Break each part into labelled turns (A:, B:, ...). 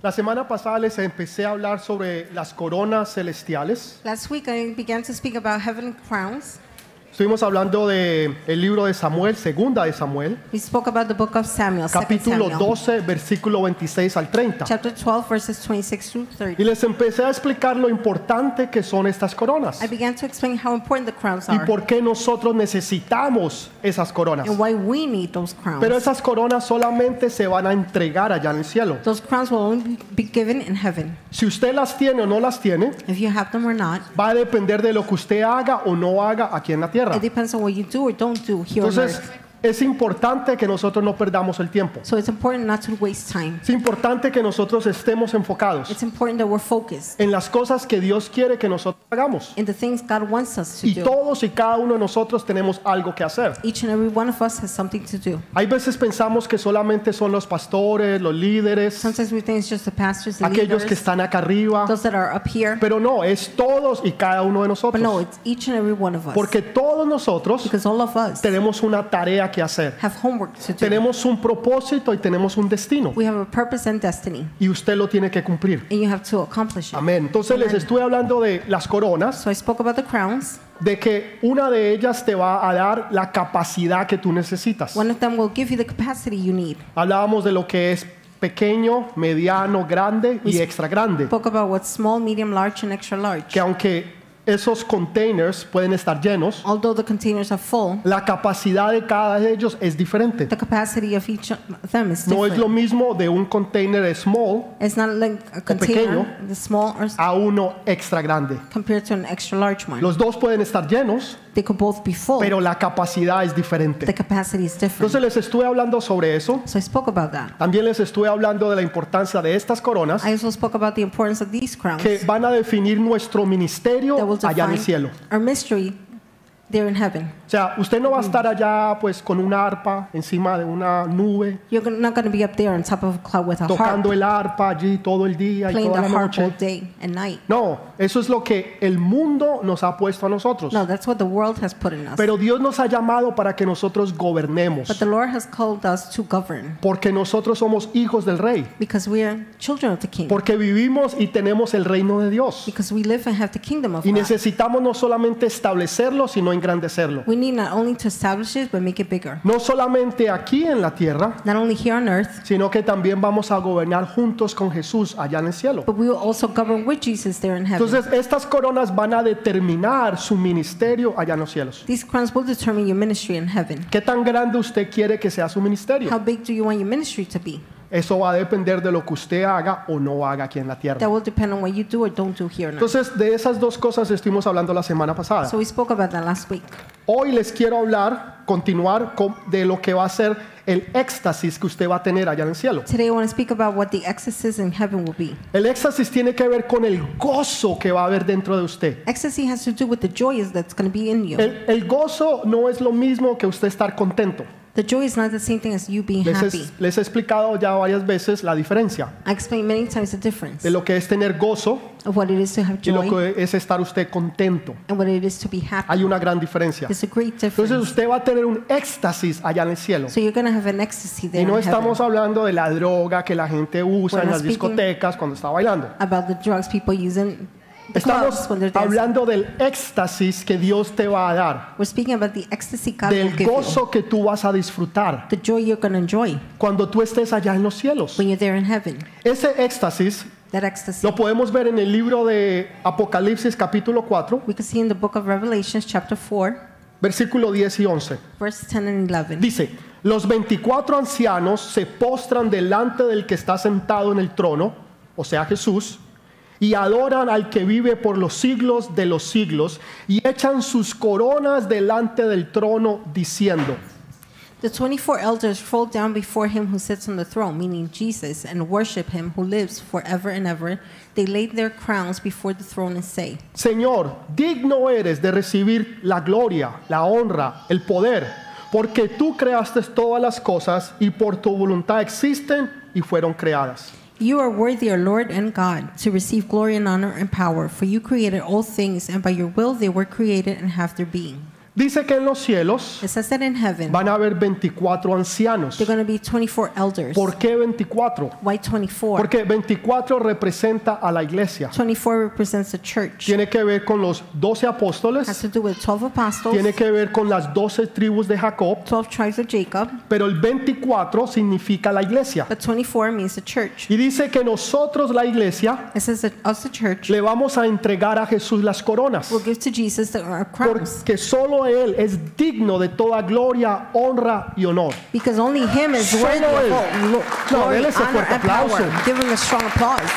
A: La semana pasada les empecé a hablar sobre las coronas celestiales.
B: Last week I began to speak about heaven crowns.
A: Estuvimos hablando del el libro de Samuel, segunda de Samuel,
B: We spoke about the book of Samuel, 2
A: capítulo
B: Samuel,
A: 12, versículo 26 al 30.
B: chapter 12, verses 26 through
A: Y
B: 30.
A: les empecé a explicar lo importante que son estas coronas
B: I began to explain how important the crowns
A: y
B: are
A: por qué nosotros necesitamos esas coronas.
B: and why we need those
A: Pero
B: crowns.
A: esas coronas solamente se van a entregar allá en el cielo.
B: Those crowns will only be given in heaven.
A: Si usted las tiene o no las tiene,
B: If you have them or not,
A: va a depender de lo que usted haga o no haga aquí en la tierra.
B: it depends on what you do or don't do here on
A: Entonces,
B: earth.
A: es importante que nosotros no perdamos el tiempo.
B: So it's important not to waste time.
A: Es importante que nosotros estemos enfocados
B: It's important that we're focused
A: en las cosas que Dios quiere que nosotros hagamos.
B: in the things God wants us to
A: Y
B: do.
A: todos y cada uno de nosotros tenemos algo que hacer.
B: Each and every one of us has something to do.
A: Hay veces pensamos que solamente son los pastores, los líderes,
B: Sometimes we think it's just the pastors, the
A: aquellos
B: leaders,
A: que están acá arriba,
B: those that are up here.
A: pero no, es todos y cada uno de
B: But no,
A: nosotros.
B: it's each and every one of us.
A: Porque todos nosotros
B: because all of us
A: tenemos una tarea que hacer.
B: have homework to do.
A: Tenemos un propósito y tenemos un destino.
B: we have a purpose and destiny,
A: Y usted lo tiene que cumplir.
B: and you have to accomplish it.
A: Amén. Entonces les estuve hablando de las coronas,
B: So I spoke about the crowns.
A: de que una de ellas te va a dar la capacidad que tú necesitas.
B: One of them will give you the capacity you need.
A: Hablábamos de lo que es pequeño, mediano, grande y extra grande.
B: Spoke about what's small, medium, large, and extra large.
A: Que aunque esos containers pueden estar llenos,
B: Although the containers are full,
A: la capacidad de cada de ellos es diferente.
B: the capacity of each of them is
A: No
B: different.
A: es lo mismo de un container small
B: it's not like a container,
A: pequeño.
B: the small or s-
A: a uno extra grande.
B: compared to an extra large one.
A: Los dos pueden estar llenos,
B: they could both be full.
A: pero la capacidad es
B: the
A: diferente.
B: capacity is different.
A: Entonces les estuve hablando sobre eso.
B: so I spoke about that.
A: También les estuve hablando de la importancia de estas coronas
B: I also spoke about the importance of these crowns.
A: que van a definir nuestro
B: that will
A: ministerio allá en el cielo.
B: define our mystery there in heaven.
A: O sea, usted
B: Mm.
A: no va a estar allá pues con una arpa encima de una nube,
B: You're gon- not going to be up there on top of a cloud with a harp,
A: tocando el arpa allí todo el día y
B: playing
A: toda
B: the
A: la
B: harp all
A: noche.
B: day and night.
A: No, eso es lo que el mundo nos ha puesto a nosotros.
B: No, that's what the world has put in us.
A: Pero Dios nos ha llamado para que nosotros
B: But
A: gobernemos,
B: the Lord has called us to govern
A: porque nosotros somos hijos del rey,
B: because we are children of the King.
A: porque vivimos y tenemos el reino de Dios.
B: Because we live and have the kingdom of
A: Y
B: God.
A: necesitamos no solamente establecerlo, sino engrandecerlo.
B: We need not only to establish it, but make it bigger.
A: No solamente aquí en la tierra,
B: Not only here on earth,
A: sino que también vamos a gobernar juntos con Jesús allá en el cielo.
B: but we will also govern with Jesus there in heaven.
A: Entonces, estas coronas van a determinar su ministerio allá en los cielos.
B: These crowns will determine your ministry in heaven.
A: ¿Qué tan grande usted quiere que sea su
B: How
A: ministerio?
B: big do you want your ministry to be?
A: Eso va a depender de lo que usted haga o no haga aquí en la
B: That
A: tierra.
B: will depend on what you do or don't do here on earth.
A: Entonces, de esas dos cosas estuvimos hablando la semana pasada.
B: So we spoke about that last week.
A: Hoy les quiero hablar, continuar con- de lo que va a ser el éxtasis que usted va a tener allá en el cielo.
B: Today I want to speak about what the ecstasy in heaven will be.
A: El éxtasis tiene que ver con el gozo que va a haber dentro de usted.
B: Ecstasy has to do with the joy is that's going to be in you.
A: El, el gozo no es lo mismo que usted estar contento.
B: The joy is not the same thing as you being
A: Les, he-
B: happy.
A: les he explicado ya varias veces la diferencia
B: I explained many times the difference
A: de lo que es tener gozo
B: of what it is to have
A: y lo
B: joy
A: que es estar usted contento.
B: and what it is to be happy.
A: Hay una gran diferencia.
B: There's a great
A: Entonces
B: difference.
A: usted va a tener un éxtasis allá en el cielo.
B: So you're going to have an ecstasy there
A: Y no
B: in heaven
A: estamos hablando de la droga que la gente usa en
B: We're
A: las
B: not speaking-
A: discotecas cuando está bailando.
B: about the drugs people use in the clubs
A: Estamos
B: when they're dancing.
A: hablando del éxtasis que Dios te va a dar,
B: We're speaking about the ecstasy God will
A: del
B: give you.
A: gozo que tú vas a disfrutar
B: The joy you're going to enjoy
A: cuando tú estés allá en los cielos.
B: when you're there in heaven.
A: Ese éxtasis
B: That ecstasy.
A: Lo podemos ver en el libro de Apocalipsis capítulo 4,
B: We can see in the book of Revelations chapter 4,
A: versículo 10 y 11.
B: verse 10 and 11.
A: Dice, los 24 ancianos se postran delante del que está sentado en el trono, o sea Jesús, y adoran al que vive por los siglos de los siglos, y echan sus coronas delante del trono diciendo,
B: The 24 elders fall down before him who sits on the throne, meaning Jesus, and worship him who lives forever and ever. They lay their crowns before the throne and say,
A: Señor, digno eres de recibir la gloria, la honra, el poder, porque tú creaste todas las cosas y por tu voluntad existen y fueron creadas.
B: You are worthy, O Lord and God, to receive glory and honor and power, for you created all things, and by your will they were created and have their being.
A: Dice que en los cielos
B: It says that in heaven,
A: van a haber 24 ancianos.
B: they're going to be 24 elders.
A: ¿Por qué 24?
B: Why 24?
A: Porque 24 representa a la iglesia.
B: 24 represents the church.
A: Tiene que ver con los 12
B: has
A: apóstoles,
B: to do with 12 apostles,
A: tiene que ver con las 12 tribus de Jacob,
B: 12 tribes of Jacob,
A: pero el 24 significa la iglesia.
B: but 24 means the church.
A: Y dice que nosotros, la iglesia,
B: It says that us, the church,
A: le vamos a entregar a Jesús las coronas,
B: will give to Jesus the, our crowns
A: porque solo Él es digno de toda gloria, honra y honor.
B: because only Him is
A: Solo
B: worthy
A: él.
B: of all glo-
A: No,
B: glory,
A: dele ese
B: honor,
A: fuerte
B: and power.
A: aplauso.
B: Give Him a strong applause.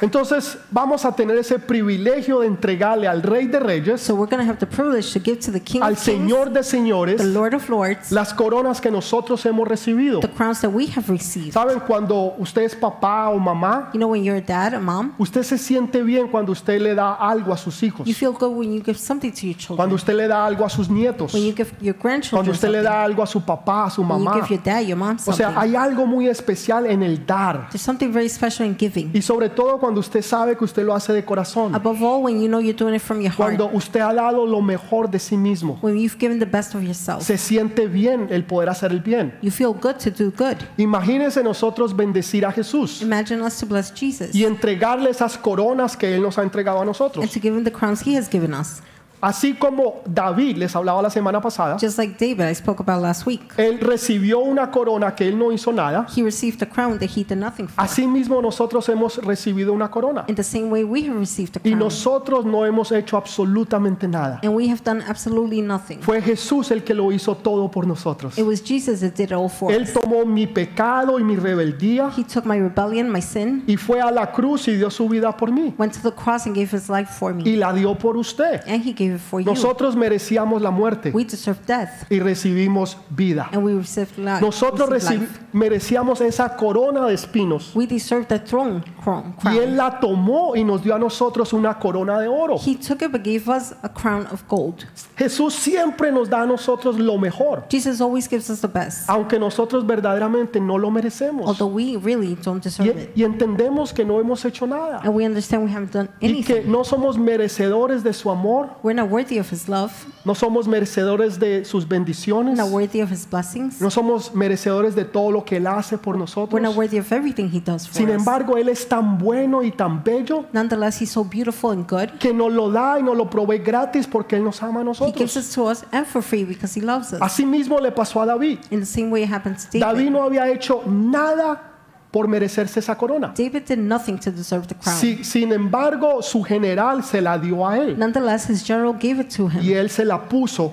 A: Entonces vamos a tener ese privilegio de entregarle al Rey de Reyes,
B: So we're going to have the privilege to give to the King
A: al
B: of Kings,
A: Señor de
B: the
A: Señores,
B: Lord of Lords,
A: las coronas que nosotros hemos recibido.
B: the crowns that we have received.
A: ¿Saben cuando usted es papá o mamá?
B: You know, when you're a dad, a mom,
A: Usted se siente bien cuando usted le da algo a sus hijos,
B: you feel good when you give something to your
A: cuando
B: children,
A: usted le da algo a sus nietos,
B: when you give your
A: cuando
B: grandchildren
A: usted le
B: something,
A: da algo a su papá, a su
B: when you
A: mamá.
B: give your dad, your mom
A: O
B: something.
A: sea, hay algo muy especial en el dar.
B: There's something very special in giving.
A: Y sobre todo cuando usted sabe que usted lo hace de corazón.
B: Above all, when you know you're doing it from your heart,
A: Cuando usted ha dado lo mejor de sí mismo.
B: when you've given the best of yourself,
A: Se siente bien el poder hacer el bien.
B: you feel good to do good.
A: Imagínense nosotros bendecir a Jesús
B: Imagine us to bless Jesus
A: y entregarle esas coronas que Él nos ha entregado a
B: and
A: nosotros.
B: to give him the crowns he has given us.
A: Así como David les hablaba la semana pasada,
B: Just like David, I spoke about last week.
A: Él recibió una corona que Él no hizo nada.
B: He received a crown that he did nothing for.
A: Asimismo nosotros hemos recibido una corona
B: In the same way, we have received a
A: y
B: crown
A: nosotros no hemos hecho absolutamente nada.
B: and we have done absolutely nothing.
A: Fue Jesús el que lo hizo todo por nosotros.
B: It was Jesus that did it all for
A: Él
B: us.
A: tomó mi pecado y mi rebeldía
B: He took my rebellion, my sin,
A: y fue a la cruz y dio su vida por mí
B: went to the cross and gave his life for me.
A: y la dio por usted.
B: And he gave it for you.
A: Nosotros merecíamos la muerte
B: We deserve death
A: y recibimos vida.
B: and we received li-
A: Nosotros reci-
B: received life.
A: merecíamos esa corona de espinos
B: We deserve the throne crown.
A: y Él
B: crown.
A: la tomó y nos dio a nosotros una corona de oro.
B: He took it but gave us a crown of gold.
A: Jesús siempre nos da a nosotros lo mejor,
B: Jesus always gives us the best,
A: aunque nosotros verdaderamente no lo merecemos.
B: although we really don't deserve it.
A: Y, y entendemos que no hemos hecho nada
B: And we understand we haven't done
A: y que
B: anything.
A: no somos merecedores de su amor.
B: We're not worthy of his love,
A: No somos merecedores de sus bendiciones.
B: not worthy of his blessings.
A: No somos merecedores de todo lo que Él hace por
B: We're not
A: nosotros.
B: worthy of everything he does for
A: Sin
B: us.
A: embargo, Él es tan bueno y tan bello
B: Nonetheless, he's so beautiful and good.
A: que nos lo da y nos lo provee gratis porque Él nos ama a
B: He
A: nosotros.
B: gives us to us and for free because he loves us.
A: Asimismo le pasó a David.
B: In the same way it happened to
A: David
B: David.
A: no había hecho nada por merecerse esa corona.
B: David did nothing to deserve the crown.
A: Si- sin embargo, su general se la dio a él
B: Nonetheless, his general gave it to
A: y
B: him.
A: él se la puso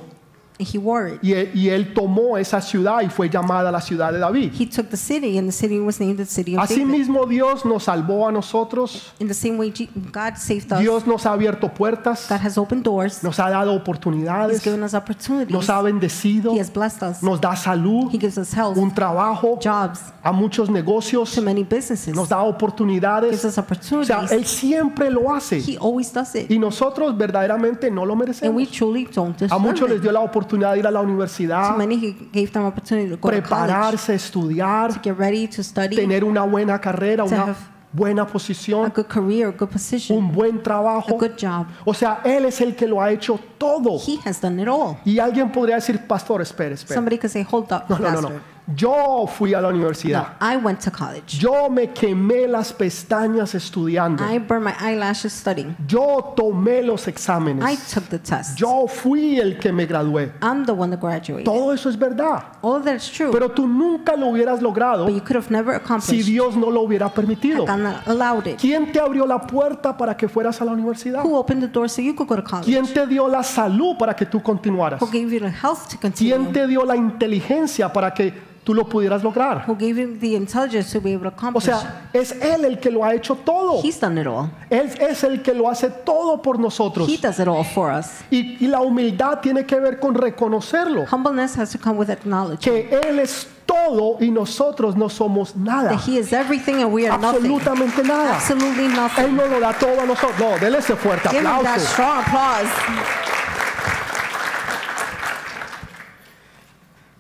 B: and He wore it.
A: y él, y él tomó esa ciudad y fue llamada la ciudad de David.
B: He took the city, and the city was named the city of David.
A: Asimismo, Dios nos salvó a nosotros.
B: In the same way, Je- God saved us.
A: Dios nos ha abierto puertas,
B: God has opened doors.
A: nos ha dado
B: He's
A: oportunidades,
B: given us opportunities.
A: nos ha bendecido,
B: He has blessed us.
A: nos da salud,
B: He gives us health,
A: un trabajo,
B: jobs,
A: a muchos negocios,
B: to many businesses.
A: nos da
B: Gives
A: oportunidades.
B: us
A: O sea,
B: opportunities.
A: Él siempre lo hace
B: He always does it.
A: y nosotros verdaderamente no lo
B: And we
A: merecemos.
B: truly don't
A: A
B: deserve
A: muchos les
B: it.
A: dio la oportunidad de ir a la
B: To
A: universidad,
B: many, He gave them opportunity to go to college,
A: prepararse,
B: to
A: estudiar,
B: get ready, to study,
A: tener una buena carrera,
B: to
A: una
B: have
A: buena
B: a
A: posición,
B: good career, a good position,
A: un buen
B: a
A: trabajo.
B: good job.
A: O sea, Él es el que lo ha hecho todo.
B: He has done it all.
A: Y alguien podría decir, pastor, espere, espere.
B: Somebody could say, hold up,
A: No, no, no,
B: Pastor.
A: no. Yo fui a la
B: No,
A: universidad.
B: I went to college.
A: Yo me quemé las pestañas estudiando.
B: I burned my eyelashes studying.
A: Yo tomé los
B: I
A: exámenes.
B: took the test.
A: Yo fui el que me gradué.
B: I'm the one that graduated.
A: Todo eso es verdad.
B: All that's true,
A: Pero tú nunca lo hubieras logrado
B: but you could have never
A: si
B: accomplished.
A: Dios no lo hubiera permitido.
B: God not allowed it.
A: ¿Quién te abrió la puerta para que fueras a la universidad?
B: Who opened the door so you could go to college?
A: ¿Quién te dio la salud para que tú continuaras?
B: Who gave you the health to
A: ¿Quién
B: continue?
A: te dio la inteligencia para que tú lo pudieras lograr?
B: Who gave you the intelligence to be able to
A: O
B: accomplish?
A: sea, es Él el que lo ha hecho todo.
B: He's done it all.
A: Él es el que lo hace todo por nosotros.
B: He does it all for us.
A: Y, y la humildad tiene que ver con reconocerlo,
B: Humbleness has to come with acknowledgement
A: que Él es todo y nosotros no somos nada,
B: that He is everything and we are nothing.
A: absolutamente nada.
B: Absolutely nothing.
A: Él nos lo da todo a nosotros. No, déle ese fuerte
B: Give him that
A: aplauso.
B: strong applause.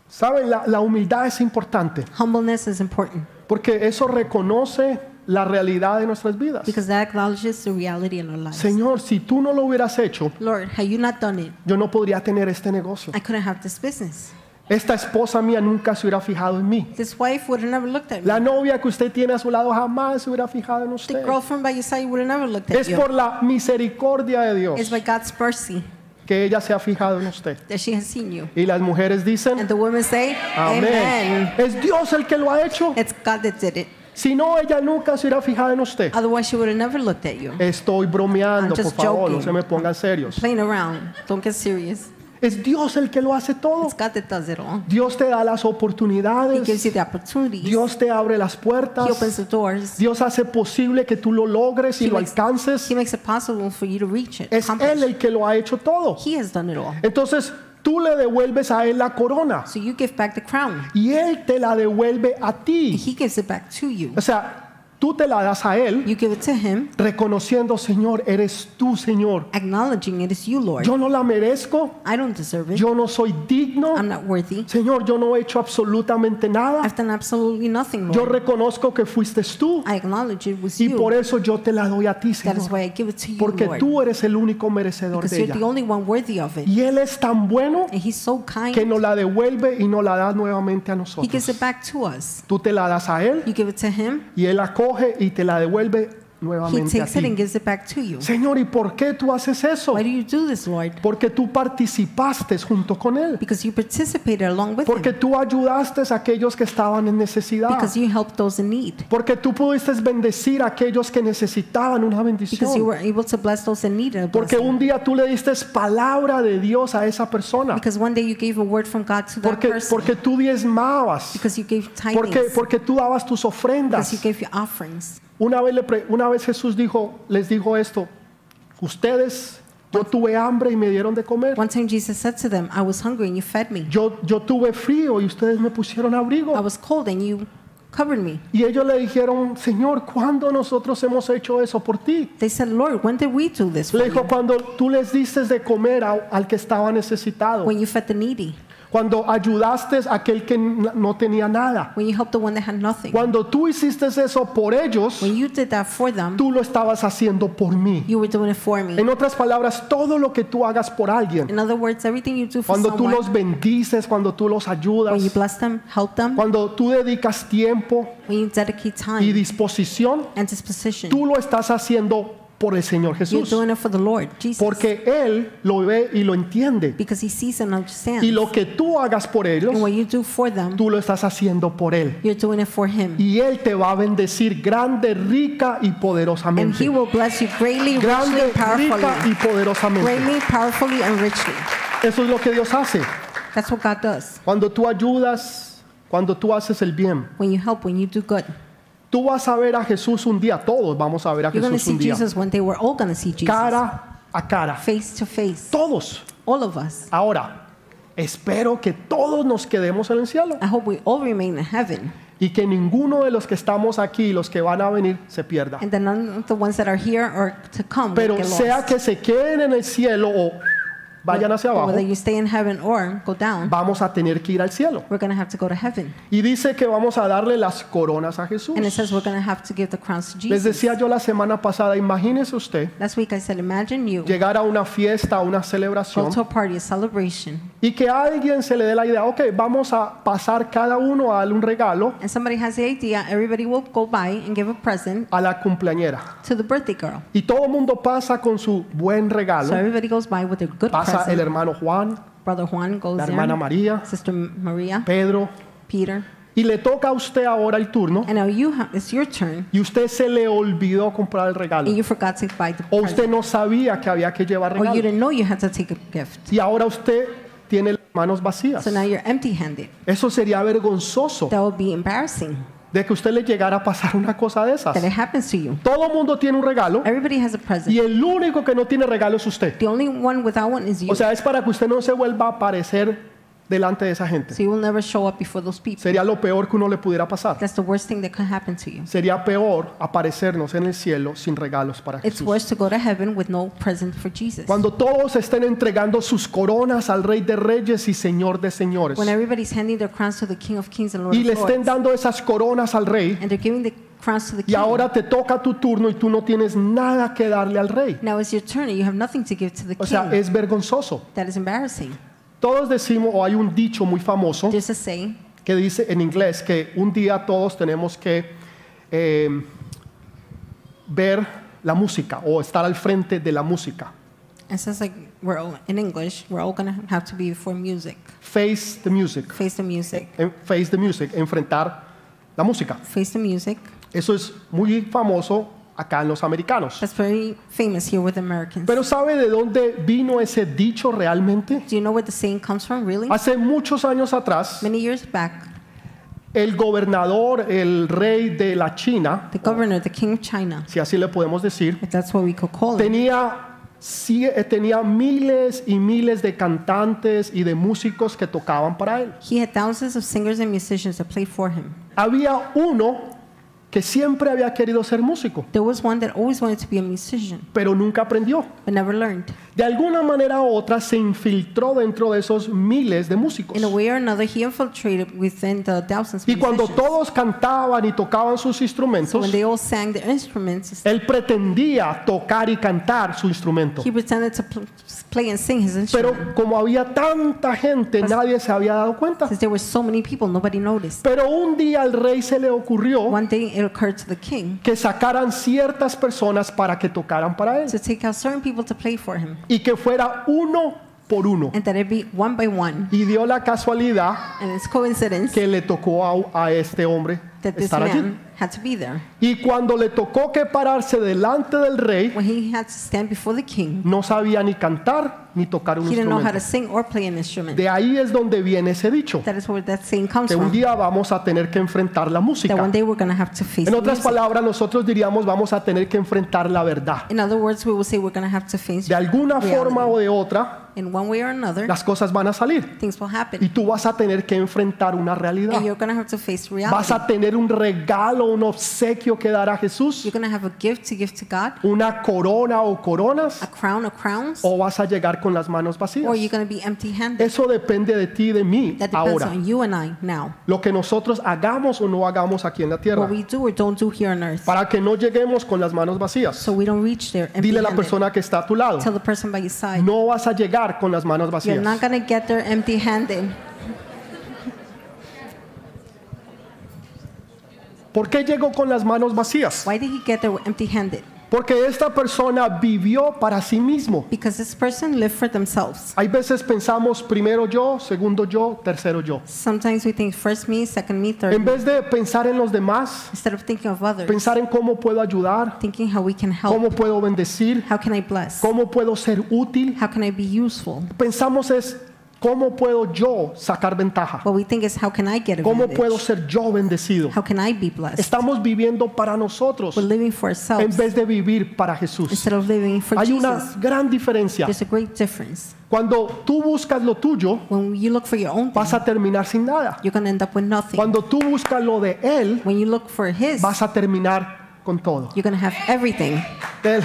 A: Saben, la, la humildad es importante
B: Humbleness is important
A: porque eso reconoce la realidad de nuestras vidas.
B: because that acknowledges the reality in our lives.
A: Señor, si tú no lo hubieras hecho,
B: Lord, had you not done it,
A: yo no podría tener este negocio.
B: I couldn't have this business.
A: Esta esposa mía nunca se hubiera fijado en mí.
B: This wife would have never looked at me.
A: La novia que usted tiene a su lado jamás se hubiera fijado en
B: the
A: usted.
B: girlfriend by your side would have never looked at
A: Es
B: you.
A: por la misericordia de Dios
B: It's by God's mercy
A: que ella se ha fijado en usted.
B: that she has seen you.
A: Y las mujeres
B: And
A: dicen,
B: the women say,
A: amén.
B: Amen.
A: Es Dios el que lo ha hecho.
B: It's God that did it.
A: Si no, ella nunca se hubiera fijado en usted.
B: Otherwise, she would have never looked at you.
A: Estoy bromeando,
B: I'm
A: por
B: just
A: favor, no
B: joking.
A: se me pongan serios.
B: Playing around. Don't get serious.
A: Es Dios el que lo hace todo.
B: It's God that does it all.
A: Dios te da las
B: He gives
A: oportunidades.
B: you the opportunities.
A: Dios te abre las
B: he opens
A: puertas.
B: the doors.
A: Dios hace posible que tú lo logres y
B: He
A: lo
B: makes-
A: alcances.
B: He makes it possible for you to reach it.
A: Es
B: accomplish.
A: Él el que lo ha hecho todo.
B: He has done it all.
A: Entonces tú le devuelves a Él la corona
B: So you give back the crown.
A: y Él te la devuelve a ti.
B: He gives it back to you.
A: O sea, tú te la das a Él
B: You give it to him,
A: reconociendo, Señor, eres tú, Señor.
B: acknowledging it is you, Lord.
A: Yo no la merezco,
B: I don't deserve it.
A: yo no soy digno.
B: I'm not worthy.
A: Señor, yo no he hecho absolutamente nada.
B: I've done absolutely nothing,
A: Yo
B: Lord.
A: reconozco que fuiste tú
B: I acknowledge it was
A: y por
B: you.
A: eso yo te la doy a ti,
B: That is
A: Señor.
B: why I give it to you,
A: Porque
B: Lord.
A: tú eres el único merecedor
B: Because
A: de
B: you're
A: ella.
B: the only one worthy of it.
A: Y Él es tan bueno
B: And he's so
A: que
B: kind.
A: nos la devuelve y nos la da nuevamente a
B: He gives
A: nosotros.
B: it back to us.
A: Tú te la das a Él
B: You give it to him,
A: y Él la coge y te la devuelve
B: he
A: nuevamente a
B: takes it
A: ti.
B: and gives it back to you.
A: Señor, ¿y por qué tú haces eso?
B: Why do you do this, Lord?
A: Porque tú participaste junto con Él.
B: Because you participated along with
A: Porque
B: him.
A: tú ayudaste a aquellos que estaban en necesidad.
B: Because you helped those in need.
A: Porque tú pudiste bendecir a aquellos que necesitaban una
B: Because you
A: bendición.
B: were able to bless those in need. and bless
A: Porque
B: them.
A: un día tú le diste palabra de Dios a esa persona.
B: Because one day you gave a word from God to that
A: Porque,
B: person.
A: porque tú diezmabas.
B: Because you gave
A: Porque,
B: tidings.
A: porque tú dabas tus
B: Because you
A: ofrendas.
B: gave your offerings.
A: Una vez, le pre- una vez Jesús dijo, les dijo esto. Ustedes, yo tuve hambre y me dieron de comer.
B: One time Jesus said to them, I was hungry and you fed me.
A: Yo, yo tuve frío y ustedes me pusieron
B: I
A: abrigo.
B: was cold and you covered me.
A: Y ellos le dijeron, Señor, ¿cuándo nosotros hemos hecho eso por ti?
B: They said, Lord, when did we do this? for
A: Le
B: you?
A: dijo, cuando tú les diste de comer a- al que estaba necesitado.
B: When you fed the needy.
A: Cuando ayudaste a aquel que n- no tenía nada.
B: When you helped the one that had nothing.
A: Cuando tú hiciste eso por ellos,
B: When you did that for them,
A: tú lo estabas haciendo por mí.
B: you were doing it for me.
A: En otras palabras, todo lo que tú hagas por alguien,
B: In other words, everything you do for
A: cuando tú
B: someone,
A: los bendices, cuando tú los
B: when you
A: ayudas,
B: bless them, help them,
A: cuando tú dedicas tiempo
B: when you dedicate
A: y
B: time
A: disposición,
B: and disposition,
A: tú lo estás haciendo por el Señor
B: you're
A: Jesús.
B: doing it for the Lord, Jesus.
A: Porque Él lo ve y lo entiende.
B: Because he sees and understands.
A: Y lo que tú hagas por ellos,
B: and what you do for them,
A: tú lo estás haciendo por Él.
B: you're doing it for him.
A: y Él te va a bendecir grande, rica y
B: and he
A: poderosamente.
B: will bless you greatly, richly,
A: Grande, rica
B: and
A: y
B: powerfully.
A: poderosamente.
B: Greatly, powerfully, and richly.
A: Eso es lo que Dios hace.
B: That's what God does.
A: Cuando tú ayudas, cuando tú haces el bien,
B: When you help, when you do good.
A: tú vas a ver a Jesús un día, todos vamos a ver a
B: You're going to
A: Jesús
B: see
A: un día,
B: Jesus one day. We're all going to see Jesus.
A: cara a cara.
B: Face to face.
A: Todos.
B: All of us.
A: Ahora, espero que todos nos quedemos en el cielo
B: I hope we all remain in heaven.
A: y que ninguno de los que estamos aquí y los que van a venir se pierda.
B: And then none of the ones that are here or to come will
A: Pero
B: get
A: sea
B: lost.
A: que se queden en el cielo o vayan hacia
B: But
A: abajo,
B: Whether you stay in heaven or go down,
A: vamos a tener que ir al cielo.
B: we're going to have to go to heaven.
A: Y dice que vamos a darle las coronas a Jesús.
B: And it says we're going to have to give the crowns to
A: Les
B: Jesus.
A: decía yo la semana pasada, imagínese usted
B: Last week I said, imagine you
A: llegar a una fiesta, a una
B: go
A: celebración
B: to a party, a celebration,
A: y que a alguien se le dé la idea, ok, vamos a pasar cada uno a darle un regalo
B: and somebody has the idea, everybody will go by and give a present
A: a la cumpleañera.
B: to the birthday girl.
A: Y todo el mundo pasa con su buen regalo.
B: So everybody goes by with a good
A: Pasa el
B: present.
A: hermano Juan,
B: Brother Juan goes
A: la hermana
B: there,
A: María,
B: Sister Maria,
A: Pedro.
B: Peter,
A: Y le toca a usted ahora el turno
B: and now you have, it's your turn,
A: y usted se le olvidó comprar el regalo.
B: and you forgot to buy the
A: O usted
B: present,
A: no sabía que había que llevar
B: or you
A: regalo.
B: didn't know you had to take a gift.
A: Y ahora usted tiene las manos vacías.
B: So now you're empty-handed.
A: Eso sería vergonzoso
B: That would be embarrassing
A: de que usted le llegara a pasar una cosa de esas.
B: that it happens to you.
A: Todo mundo tiene un regalo
B: Everybody has a
A: y
B: present.
A: el único que no tiene regalo es usted.
B: The only one without one is you.
A: O sea, es para que usted no se vuelva a parecer delante de esa gente.
B: So you will never show up before those people.
A: Sería lo peor que uno le pudiera pasar.
B: That's the worst thing that can happen to you.
A: Sería peor aparecernos en el cielo sin regalos para
B: It's
A: Jesús.
B: worse to go to heaven with no present for Jesus.
A: Cuando todos estén entregando sus coronas al Rey de Reyes y Señor de Señores
B: When everybody's handing their crowns to the King of Kings and Lord
A: y
B: of
A: le estén
B: Lords,
A: dando esas coronas al Rey
B: and they're giving the crowns to the
A: y
B: King.
A: ahora te toca tu turno y tú no tienes nada que darle al Rey.
B: Now it's your turn, and you have nothing to give to the
A: O
B: King.
A: sea, es vergonzoso.
B: that is embarrassing.
A: Todos decimos, o hay un dicho muy famoso
B: There's a saying
A: que dice en inglés que un día todos tenemos que eh, ver la música o estar al frente de la música.
B: It says like we're all in English. We're all gonna have to be before music,
A: Face the music.
B: face the music,
A: En- Face the music. Enfrentar la música.
B: face the music.
A: Eso es muy famoso acá en los americanos.
B: That's very famous here with Americans.
A: Pero ¿sabe de dónde vino ese dicho realmente?
B: Do you know where the saying comes from? Really?
A: Hace muchos años atrás,
B: Many years back,
A: el gobernador, el rey de la China,
B: the governor, the king of China,
A: si así le podemos decir,
B: if that's what we could call it,
A: tenía, sí, eh, tenía miles y miles de cantantes y de músicos que tocaban para él.
B: he had thousands of singers and musicians that played for him.
A: Había uno que siempre había querido ser músico,
B: There was one that always wanted to be a musician,
A: pero nunca aprendió.
B: but never learned.
A: De alguna manera u otra se infiltró dentro de esos miles de músicos.
B: In a way or another, he infiltrated within the thousands of
A: Y cuando
B: musicians.
A: todos cantaban y tocaban sus
B: So
A: instrumentos,
B: when they all sang their instruments,
A: él pretendía tocar y cantar su instrumento.
B: he pretended to pl- play and sing his instrument.
A: Pero como había tanta gente,
B: Pues
A: nadie se había dado cuenta.
B: Since there were so many people, nobody noticed.
A: Pero un día al rey se le ocurrió
B: One day it occurred to the king
A: que sacaran ciertas personas para que tocaran para él
B: to take out certain people to play for him,
A: y que fuera uno por uno.
B: and that it be one by one.
A: Y dio la casualidad
B: And it's coincidence
A: que le tocó a, a este hombre
B: that this
A: estar allí.
B: man had to be there.
A: Y cuando le tocó que pararse delante del rey,
B: When he had to stand before the king,
A: no sabía ni cantar ni tocar un
B: he didn't know how
A: instrumento.
B: to sing or play an instrument.
A: De ahí es donde viene ese dicho,
B: That is where that saying comes
A: que un
B: from.
A: día vamos a tener que enfrentar la
B: That one
A: música.
B: day we're going to have to face
A: En otras
B: music.
A: palabras, nosotros diríamos vamos a tener que enfrentar la verdad.
B: In other words, we will say we're going to have to face
A: De alguna forma o de otra,
B: in one way or another,
A: las cosas van a salir
B: things will
A: y
B: happen.
A: tú vas a tener que enfrentar una realidad.
B: And you're going to have to
A: Vas
B: face reality.
A: a tener un regalo, un obsequio que dar a Jesús,
B: You're going to have a gift to give to God,
A: una corona o
B: a
A: coronas,
B: crown or crowns,
A: o vas a llegar con las manos
B: or
A: vacías.
B: you're going to be empty handed.
A: Eso depende de ti y de mí
B: That depends
A: ahora.
B: on you and I now.
A: Lo que nosotros hagamos o no hagamos aquí en la tierra,
B: What we do or don't do here on earth.
A: para que no lleguemos con las manos vacías.
B: So we don't reach there.
A: Dile a la
B: empty-handed.
A: persona que está a tu lado,
B: Tell the person by your side.
A: no vas a llegar con las manos vacías.
B: You're not going to get there empty handed.
A: ¿Por qué llegó con las manos vacías?
B: Why did he get there empty handed?
A: Porque esta persona vivió para sí mismo.
B: Because this person lived for themselves.
A: Hay veces pensamos primero yo, segundo yo, tercero yo.
B: Sometimes we think first me, second me, third
A: En
B: me.
A: vez de pensar en los demás,
B: Instead of thinking of others,
A: pensar en cómo puedo ayudar,
B: thinking how we can help.
A: cómo puedo bendecir,
B: How can I bless?
A: cómo puedo ser útil,
B: How can I be useful?
A: pensamos es cómo puedo yo sacar ventaja,
B: What we think is how can I get
A: cómo
B: advantage?
A: puedo ser yo bendecido.
B: How can I be blessed?
A: Estamos viviendo para nosotros
B: We're living for
A: en
B: ourselves
A: vez de vivir para Jesús.
B: instead of living for
A: Hay una
B: Jesus.
A: gran diferencia.
B: There's a great difference.
A: Cuando tú buscas lo tuyo,
B: When you look for your own thing,
A: vas a terminar sin nada.
B: you're going to end up with nothing.
A: Cuando tú buscas lo de Él,
B: When you look for His,
A: vas a terminar con todo.
B: you're going to have everything.
A: Él-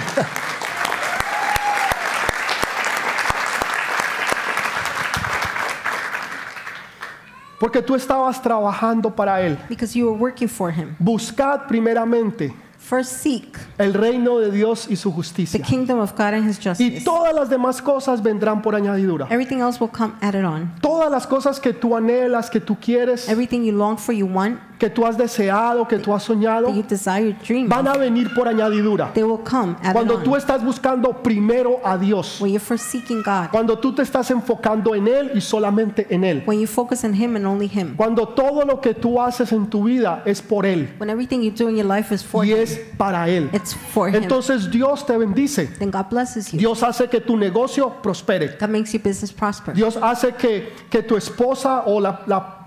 A: Porque tú estabas trabajando para Él.
B: Because you were working for Him.
A: Buscad primeramente
B: First, seek
A: el reino de Dios y su
B: the
A: justicia.
B: kingdom of God and His
A: Y
B: justice.
A: todas las demás cosas vendrán por añadidura.
B: Everything else will come added on.
A: Todas las cosas que tú anhelas, que tú quieres,
B: Everything you long for, you want,
A: que tú has deseado, que tú has soñado,
B: that you desire, dream,
A: van a venir por añadidura.
B: they will come added
A: Cuando tú
B: on.
A: estás buscando primero a Dios,
B: When you're first seeking God,
A: cuando tú te estás enfocando en Él y solamente en Él,
B: when you focus on Him and only Him,
A: cuando todo lo que tú haces en tu vida es por Él
B: when everything you do in your life is for
A: y
B: Him,
A: es para Él,
B: it's for Him,
A: entonces Dios te bendice.
B: then God blesses you.
A: Dios hace que tu negocio prospere.
B: God makes your business prosper.
A: Dios hace que, que tu esposa o la, la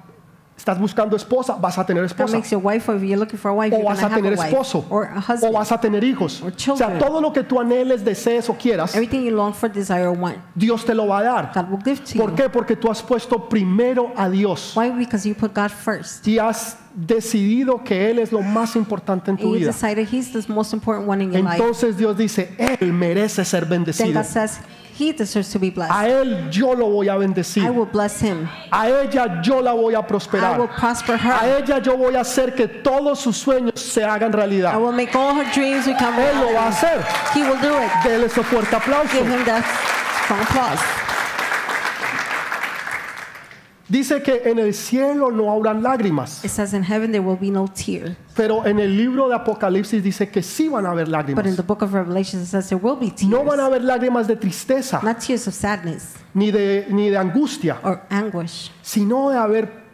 A: Estás buscando esposa, vas a tener
B: God
A: esposa.
B: makes you a wife, or if you're looking for a wife,
A: O
B: you're going
A: vas
B: to
A: a
B: have
A: tener
B: a wife.
A: esposo.
B: Or a
A: O
B: husband.
A: vas a tener hijos.
B: Or
A: O sea,
B: children.
A: todo lo que tú anheles, desees o quieras,
B: Everything you long for, desire, or want,
A: Dios te lo va a dar.
B: God will give to
A: ¿Por
B: you.
A: qué? Porque tú has puesto primero a Dios
B: Why? Because you put God first.
A: y has decidido que Él es lo más importante en
B: And
A: tu
B: you
A: vida.
B: decided He's the most important one in your life.
A: Entonces Dios dice, Él merece ser
B: Then
A: bendecido.
B: God says, He deserves to be blessed.
A: A Él yo lo voy a
B: I
A: bendecir.
B: will bless him.
A: A ella yo la voy a
B: I will
A: prosperar.
B: prosper
A: A
B: her.
A: ella yo voy a hacer que todos sus sueños se hagan
B: I
A: realidad.
B: will make all her dreams become
A: Él lo va a
B: reality.
A: hacer.
B: He will do it.
A: Dele ese fuerte aplauso.
B: Give him that strong applause.
A: Dice que en el cielo no habrán lágrimas,
B: It says in heaven there will be no tear.
A: pero en el libro de Apocalipsis dice que sí van a haber
B: But in
A: lágrimas.
B: the book of Revelation it says there will be tears.
A: No van a haber lágrimas de tristeza,
B: Not tears of sadness
A: ni de, ni de angustia,
B: or anguish,
A: sino de haber,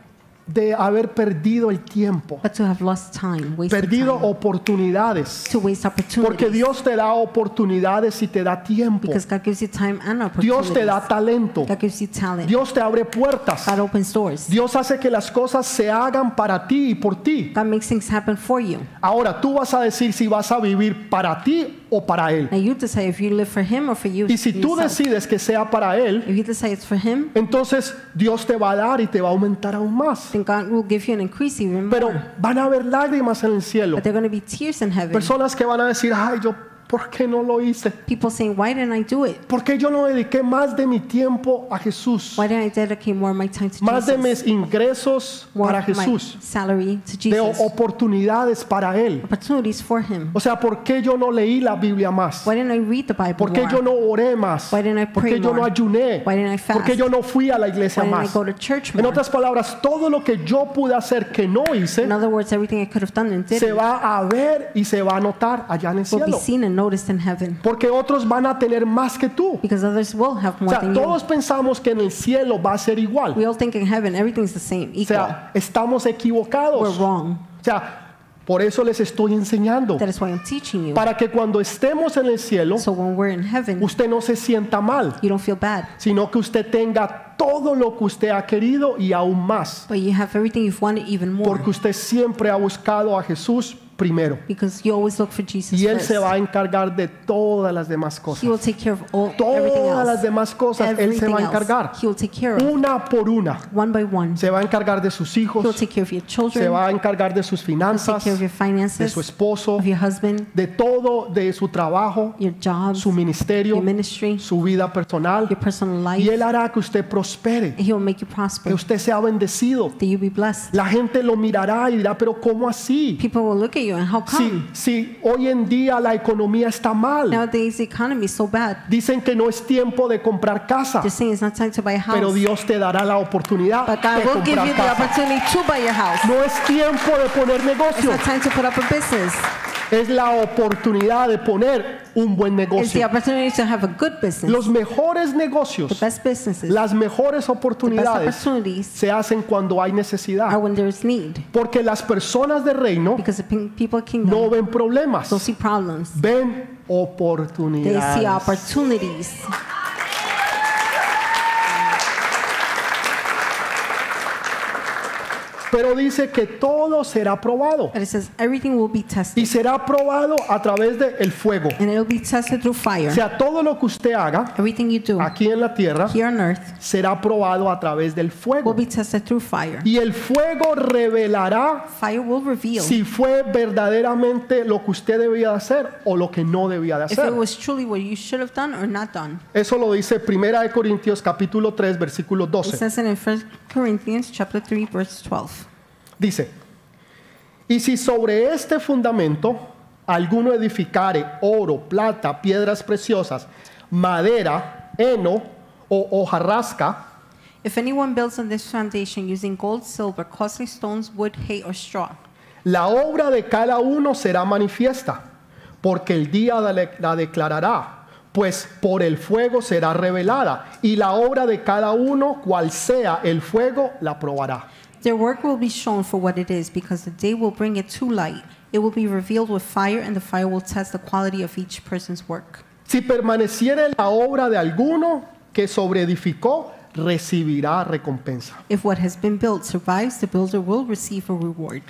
A: de haber perdido el tiempo,
B: but to have lost time, wasted
A: perdido
B: time,
A: oportunidades.
B: to waste
A: Porque
B: opportunities.
A: Dios te da oportunidades y te da tiempo.
B: Because God gives you time and
A: Dios te
B: opportunities.
A: da talento.
B: God gives you talent.
A: Dios te abre puertas.
B: God opens doors.
A: Dios hace que las cosas se hagan para ti y por ti.
B: God makes things happen for you.
A: Ahora tú vas a decir si vas a vivir para ti o para Él.
B: Now you decide if you live for Him or for you.
A: Y si tú
B: yourself.
A: decides que sea para Él,
B: If you decide it's for Him,
A: entonces Dios te va a dar y te va a aumentar aún más.
B: then God will give you an increase even more.
A: Pero van a haber lágrimas en el cielo.
B: but there are going to be tears in heaven.
A: Personas que van a decir, ay, yo, ¿por qué no lo hice?
B: People saying, Why didn't I do it?
A: ¿Por qué yo no dediqué más de mi tiempo a Jesús?
B: Why didn't I dedicate more of my time to
A: Más de
B: Jesus?
A: mis ingresos
B: More
A: para
B: of my
A: Jesús.
B: salary to
A: De
B: Jesus.
A: oportunidades para Él.
B: Opportunities for Him.
A: O sea, ¿por qué yo no leí la Biblia más?
B: Why didn't I read the Bible
A: ¿Por qué
B: more?
A: yo no oré más?
B: Why didn't I
A: ¿Por
B: pray
A: qué yo no
B: more?
A: ayuné?
B: Why didn't I
A: ¿Por qué
B: fast?
A: yo no fui a la iglesia
B: Why didn't I
A: más?
B: go to church
A: En
B: more?
A: otras palabras, todo lo que yo pude hacer que no hice
B: In other words, everything I could have done and did
A: se va a ver y se va a notar allá en el
B: will be
A: cielo.
B: seen and noticed in heaven.
A: Porque otros van a tener más que tú.
B: Because others will have
A: O
B: more
A: sea,
B: than you.
A: todos pensamos que en el cielo va a ser igual.
B: We all think in heaven everything's the same,
A: O
B: equal.
A: sea, estamos
B: We're
A: equivocados. O
B: wrong.
A: sea, por eso les estoy enseñando.
B: That is why I'm teaching you.
A: Para que cuando estemos en el cielo,
B: So when we're in heaven,
A: usted no se sienta mal,
B: you don't feel bad,
A: sino que usted tenga todo lo que usted ha querido y aún más.
B: but you have everything you've wanted even more.
A: Porque usted siempre ha buscado a Jesús primero.
B: Because you always look for Jesus
A: Y Él
B: first.
A: se va a encargar de todas las demás
B: He will
A: cosas.
B: take care of all everything
A: Todas las
B: else.
A: demás cosas Él se
B: Everything
A: va a
B: else,
A: encargar.
B: He will take care of
A: Una por una.
B: one by one.
A: Se va a encargar de sus
B: He will
A: hijos,
B: take care of your children.
A: se va a encargar de sus
B: He'll take
A: finanzas,
B: care of your
A: de
B: finances,
A: su esposo,
B: of your husband,
A: de todo, de su trabajo,
B: your job,
A: su ministerio,
B: your ministry,
A: su vida personal.
B: your personal life.
A: Y Él hará que usted prospere,
B: He will make you prosper.
A: que usted sea bendecido.
B: That you be blessed.
A: La gente lo mirará y dirá, pero ¿cómo así?
B: People will look at you and how
A: Si,
B: come?
A: si hoy en día la economía está mal,
B: Nowadays the economy is so bad.
A: dicen que no es tiempo de comprar casa,
B: They're saying it's not time to buy a house.
A: pero Dios te dará la oportunidad
B: but God
A: de
B: will give you
A: comprar
B: the
A: casa.
B: opportunity to buy a house.
A: No es tiempo de poner
B: It's
A: negocio,
B: not time to put up a business.
A: es la oportunidad de poner un buen
B: It's the
A: negocio.
B: opportunity to have a good business.
A: Los mejores
B: the
A: negocios,
B: best businesses,
A: las mejores
B: the best
A: oportunidades
B: opportunities
A: se hacen cuando hay
B: are
A: necesidad,
B: when there is need.
A: porque las personas de reino
B: Because the pe- people kingdom
A: no ven problemas,
B: don't see problems.
A: ven
B: They see
A: oportunidades.
B: opportunities.
A: Pero dice que todo será probado
B: But it says everything will be
A: y
B: tested.
A: será probado a través del fuego.
B: And it'll be tested through fire.
A: O sea, todo lo que usted haga
B: Everything you do
A: aquí en la tierra
B: here on earth
A: será probado a través del
B: will
A: fuego.
B: be tested through fire.
A: Y el fuego revelará
B: Fire will reveal
A: si fue verdaderamente lo que usted debía de hacer o lo que no debía de
B: if
A: hacer.
B: it was truly what you should have done or not done.
A: Eso lo dice 1 de Corintios capítulo 3 versículo
B: It
A: 12.
B: says it in 1 Corinthians chapter 3 verse 12.
A: Dice, y si sobre este fundamento alguno edificare oro, plata, piedras preciosas, madera, heno o hojarrasca,
B: If anyone builds on this foundation using gold, silver, costly stones, wood, hay, or straw,
A: la obra de cada uno será manifiesta, porque el día la le- la declarará, pues por el fuego será revelada, y la obra de cada uno, cual sea el fuego, la probará.
B: their work will be shown for what it is, because the day will bring it to light. It will be revealed with fire, and the fire will test the quality of each person's work.
A: Si permaneciere la obra de alguno que sobreedificó, recibirá recompensa.
B: If what has been built survives, the builder will receive a reward.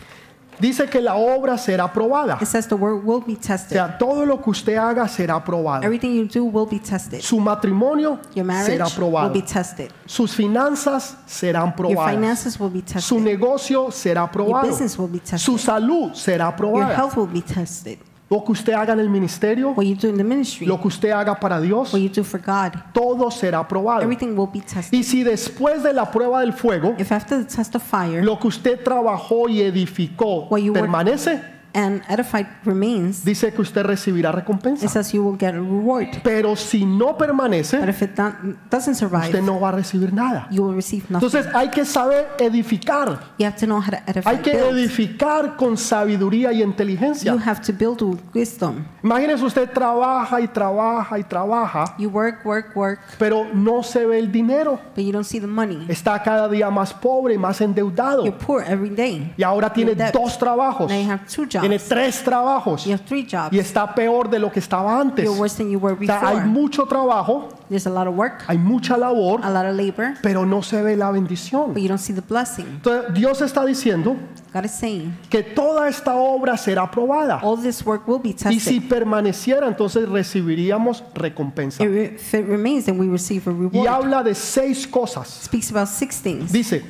A: Dice que la obra será probada.
B: It
A: O
B: says the word will be tested.
A: sea, todo lo que usted haga será probado.
B: Everything you do will be tested.
A: Su matrimonio
B: Your marriage
A: será
B: will
A: probado.
B: be tested.
A: Sus finanzas serán
B: Your
A: probadas.
B: finances will be
A: Su
B: tested.
A: negocio será
B: Your
A: probado.
B: business will be
A: Su
B: tested.
A: salud será
B: Your
A: probada.
B: health will be tested.
A: Lo que usted haga en el ministerio,
B: What you do in the ministry,
A: lo
B: what
A: que usted haga para Dios,
B: you do for God,
A: todo será probado.
B: everything will be tested.
A: Y si después de la prueba del fuego,
B: If after the test of fire
A: lo que usted trabajó y edificó
B: What you work-
A: permanece,
B: and edified remains,
A: dice que usted recibirá
B: it
A: recompensa.
B: says you will get a reward.
A: Pero si no
B: But
A: permanece,
B: if it don't- doesn't survive,
A: usted no va a recibir nada.
B: you will receive nothing.
A: Entonces hay que saber edificar.
B: You have to know how to edify.
A: Hay que
B: build.
A: edificar con sabiduría y
B: You
A: inteligencia.
B: have to build with wisdom.
A: Imagínese usted trabaja y trabaja y trabaja,
B: You work, work, work,
A: pero no se ve el dinero.
B: but you don't see the money.
A: Está cada día más pobre y más endeudado.
B: You're poor every day.
A: Y ahora tiene
B: You're dead.
A: dos trabajos.
B: Now you have two
A: Tiene
B: jobs.
A: tres trabajos.
B: You have three jobs.
A: Y está peor de lo que estaba antes.
B: You're
A: O
B: worse than you were
A: sea, hay
B: before.
A: mucho trabajo,
B: There's a lot of work,
A: hay mucha labor,
B: a lot of labor,
A: pero no se ve la bendición.
B: but you don't see the blessing.
A: Entonces, Dios está diciendo
B: God is saying
A: que toda esta obra será aprobada.
B: all this work will be
A: Y si
B: tested.
A: permaneciera, entonces recibiríamos recompensa.
B: It re- If it remains, then we receive a
A: Y
B: reward.
A: habla de seis cosas.
B: Speaks about six things:
A: Dice,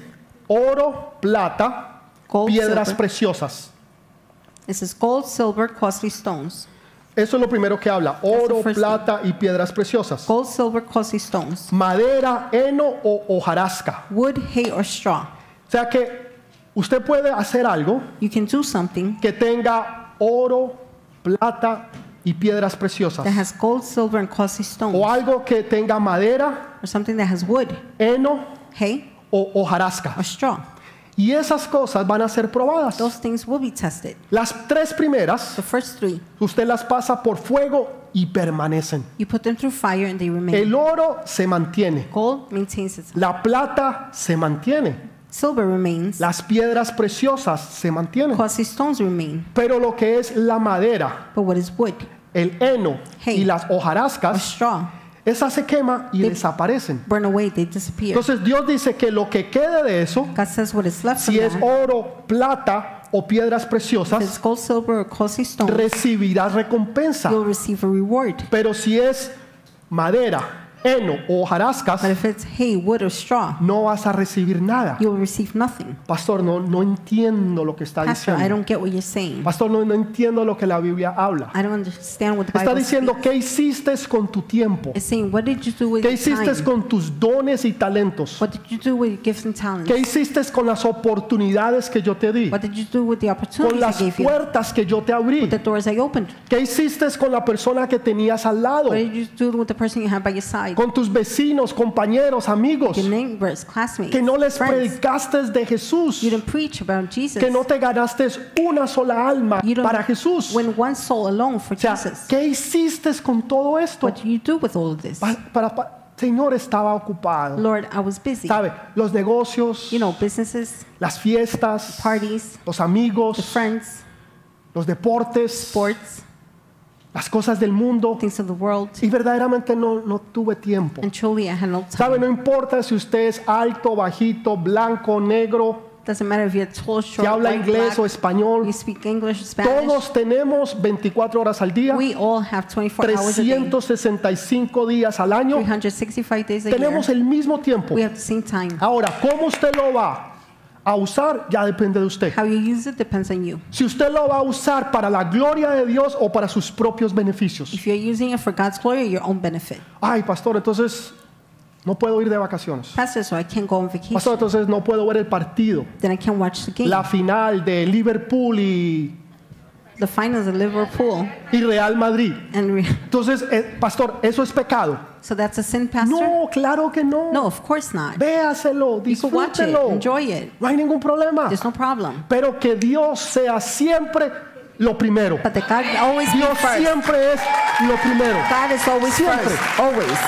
A: oro, plata,
B: gold,
A: piedras
B: silver.
A: preciosas.
B: It says gold, silver, costly stones.
A: Eso es lo primero que habla.
B: the
A: Oro,
B: first
A: plata y piedras preciosas.
B: Gold, silver, costly stones.
A: Madera, heno o hojarasca.
B: Wood, hay, or straw.
A: O sea que usted puede hacer algo
B: You can do something
A: que tenga oro, plata y piedras
B: that
A: preciosas.
B: has gold, silver, and costly
A: O
B: stones,
A: algo que tenga madera,
B: or something that has wood,
A: heno
B: hay,
A: o hojarasca.
B: or straw.
A: Y esas cosas van a ser
B: Those
A: probadas.
B: things will be tested.
A: Las tres primeras,
B: The first three,
A: usted las pasa por fuego y permanecen.
B: you put them through fire and they remain.
A: El oro se mantiene,
B: Gold maintains its
A: la plata se mantiene,
B: silver remains.
A: las piedras preciosas se mantienen.
B: Costly stones remain.
A: Pero lo que es la madera,
B: But what is wood
A: el heno
B: Hey.
A: y las
B: or
A: hojarascas,
B: straw?
A: esas se quema y
B: They-
A: desaparecen.
B: Burn away, they disappear.
A: Entonces Dios dice que lo que quede de eso,
B: God says what is left from
A: si es
B: that,
A: oro, plata o piedras
B: if it's
A: preciosas,
B: gold, silver, or costly stones,
A: recibirás recompensa.
B: you'll receive a reward.
A: Pero si es madera, heno o
B: But
A: hojarascas,
B: if it's hay, wood, or straw,
A: no vas a recibir nada.
B: you'll receive nothing.
A: Pastor, no, no entiendo lo que está
B: Pastor, I
A: diciendo.
B: don't get what you're saying.
A: Pastor, no, no entiendo lo que la Biblia habla.
B: I don't understand what the
A: Está
B: Bible
A: diciendo,
B: speaks.
A: ¿qué hiciste con tu tiempo?
B: It's saying, what did you do with
A: ¿Qué
B: your
A: hiciste
B: time?
A: con tus dones y talentos?
B: What did you do with your gifts and talents?
A: ¿Qué hiciste con las oportunidades que yo te di?
B: What did you do with the
A: Con
B: opportunities I
A: las
B: gave you?
A: puertas que yo te abrí.
B: The doors I opened?
A: ¿Qué hiciste con la persona que tenías al lado?
B: What did you do with the person you had by your side?
A: Con tus vecinos, compañeros, amigos.
B: Your neighbors, classmates,
A: Que no les
B: friends.
A: predicaste de Jesús.
B: You didn't preach about Jesus.
A: Que no te ganaste una sola alma
B: you don't
A: para Jesús. O
B: win one soul alone for
A: sea,
B: Jesus.
A: ¿qué hiciste con todo esto?
B: What do you do with all of this?
A: Pa- para- pa- Señor, estaba ocupado.
B: Lord, I was busy.
A: ¿Sabe? Los negocios,
B: You know, businesses,
A: las fiestas,
B: parties,
A: los
B: the
A: amigos,
B: friends,
A: los deportes,
B: sports,
A: las cosas del mundo.
B: things of the world.
A: Y verdaderamente no, no tuve tiempo.
B: And truly, I had no time.
A: ¿Sabe? No importa si usted es alto, bajito, blanco, negro,
B: Doesn't matter if you're tall,
A: que
B: short,
A: habla
B: white,
A: inglés o
B: black, you
A: español.
B: speak English, Spanish.
A: Todos tenemos 24 horas al día,
B: We all have 24 hours a day,
A: 365 días al año.
B: 365 days a year.
A: Tenemos el Ah. mismo tiempo.
B: We have the same time.
A: Ahora, ¿cómo usted lo va a usar? Ya depende de usted.
B: How you use it depends on you.
A: Si usted lo va a usar para la gloria de Dios o para sus propios beneficios.
B: If you're using it for God's glory or your own benefit.
A: Ay, pastor, entonces no puedo ir de vacaciones.
B: Pastor, so I can't go on vacation.
A: Pastor, entonces no puedo ver el partido.
B: Then I can't watch the game.
A: la final de Liverpool y,
B: the finals of Liverpool
A: y Real Madrid.
B: and Real.
A: Entonces, eh, pastor, eso es pecado.
B: So that's a sin, Pastor?
A: No, claro que no.
B: No, of course not.
A: Véaselo,
B: You can watch it,
A: disfrútelo.
B: enjoy it.
A: No hay ningún problema.
B: There's no problem.
A: Pero que Dios sea siempre lo primero.
B: But the God always be
A: Dios
B: first.
A: siempre es lo primero.
B: God is always
A: Siempre.
B: first. Always.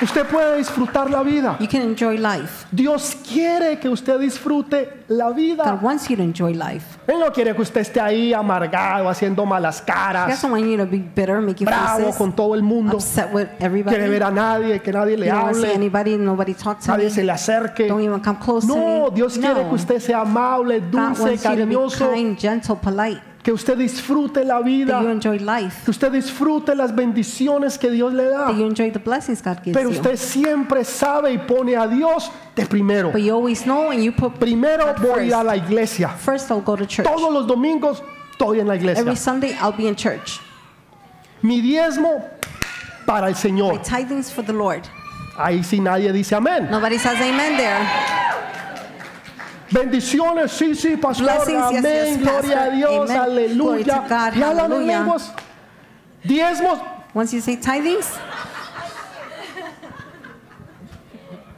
A: Usted puede disfrutar la vida.
B: You can enjoy life.
A: Dios quiere que usted disfrute la vida.
B: God wants you to enjoy life.
A: Él no quiere que usted esté ahí amargado, haciendo malas
B: He
A: caras,
B: doesn't want you to be bitter, making
A: bravo
B: faces,
A: con todo el mundo,
B: upset with
A: que
B: everybody.
A: ver a nadie, que nadie
B: You
A: le
B: don't want to see
A: hable,
B: anybody, nobody talk to
A: nadie
B: me.
A: se le acerque.
B: Don't even come close to me.
A: No, Dios quiere
B: No.
A: que usted sea amable,
B: God
A: dulce,
B: wants you to be
A: cariñoso,
B: kind, gentle, polite,
A: que usted disfrute la
B: that you
A: vida,
B: enjoy life,
A: que usted disfrute las bendiciones que Dios le da.
B: that you enjoy the blessings God gives
A: Pero
B: you.
A: usted siempre sabe y pone a Dios de primero.
B: But you always know and you put
A: Primero
B: God
A: voy a
B: Pues, first.
A: la iglesia.
B: First, I'll go to church.
A: Todos los domingos estoy en la iglesia.
B: Every Sunday, I'll be in church.
A: Mi diezmo para el
B: My
A: Señor.
B: tithings for the Lord.
A: Ahí sí nadie dice amén.
B: Nobody says amen there.
A: Bendiciones, sí, sí, pastor.
B: Blessings, yes, yes,
A: Amén. Gloria a
B: pastor.
A: Dios,
B: Amen. Glory to
A: aleluya.
B: God,
A: Y hablan en
B: hallelujah.
A: lenguas. Diezmos.
B: Once you say tithings,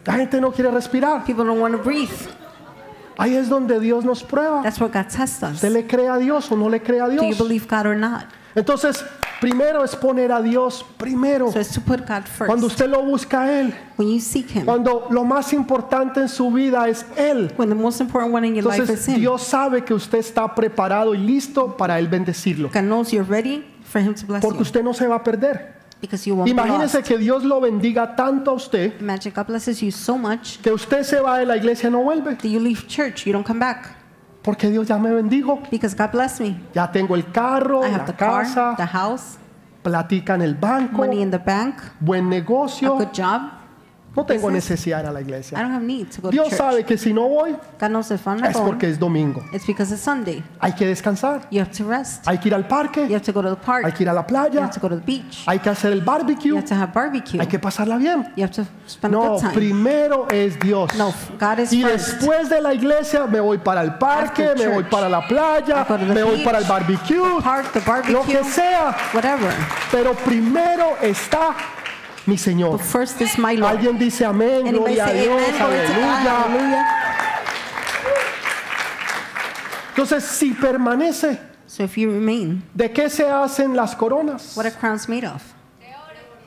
A: La gente no quiere respirar.
B: people don't want to breathe.
A: Ahí es donde Dios nos prueba.
B: That's where God tests us.
A: ¿Usted le cree a Dios o no le cree a
B: Do you
A: Dios?
B: believe God or not?
A: Entonces, primero es poner a Dios primero.
B: So it's to put God
A: Cuando
B: first.
A: usted lo busca a Él,
B: When you seek Him,
A: cuando lo más importante en su vida es Él,
B: when the most important one in your life is
A: entonces
B: Him,
A: Dios sabe que usted está preparado y listo para Él bendecirlo,
B: God knows you're ready for Him to bless
A: porque
B: you
A: usted no se va a perder.
B: because you won't be lost.
A: Imagínese que Dios lo bendiga tanto a usted
B: Imagine God blesses you so much
A: que usted se va de la iglesia y no vuelve,
B: that you leave church, you don't come back
A: porque Dios ya me bendijo.
B: because God blessed me.
A: Ya tengo el carro,
B: I have
A: la
B: the car, the
A: casa,
B: house,
A: platica en el banco,
B: money in the bank,
A: buen
B: a
A: negocio.
B: good job.
A: No tengo
B: business.
A: necesidad de ir a la
B: I
A: iglesia.
B: don't have need to go
A: Dios
B: to
A: sabe
B: church.
A: que si no voy
B: God knows if I'm not
A: es
B: going,
A: porque es domingo.
B: it's because it's Sunday.
A: Hay que descansar,
B: You have to rest.
A: hay que ir al parque,
B: You have to go to the
A: Hay
B: park.
A: que ir a la
B: You
A: playa,
B: have to go to the beach.
A: hay que hacer el
B: You
A: barbecue,
B: have to have barbecue.
A: hay que pasarla bien.
B: You have to spend a
A: No,
B: good time.
A: primero es Dios.
B: No, God is
A: Y
B: first.
A: después de la iglesia me voy para el parque,
B: After
A: me voy
B: church.
A: para la playa,
B: I go to the
A: me voy
B: beach,
A: para el barbecue,
B: Park, the
A: lo que
B: barbecue,
A: sea.
B: whatever.
A: Pero primero está mi Señor.
B: But first is my Lord.
A: Alguien dice amén,
B: Anybody
A: gloria a
B: say
A: Dios,
B: amen? Glory to God.
A: aleluya.
B: Hallelujah.
A: Entonces, si permanece,
B: So if you remain,
A: ¿de qué se hacen las coronas?
B: what are crowns made of?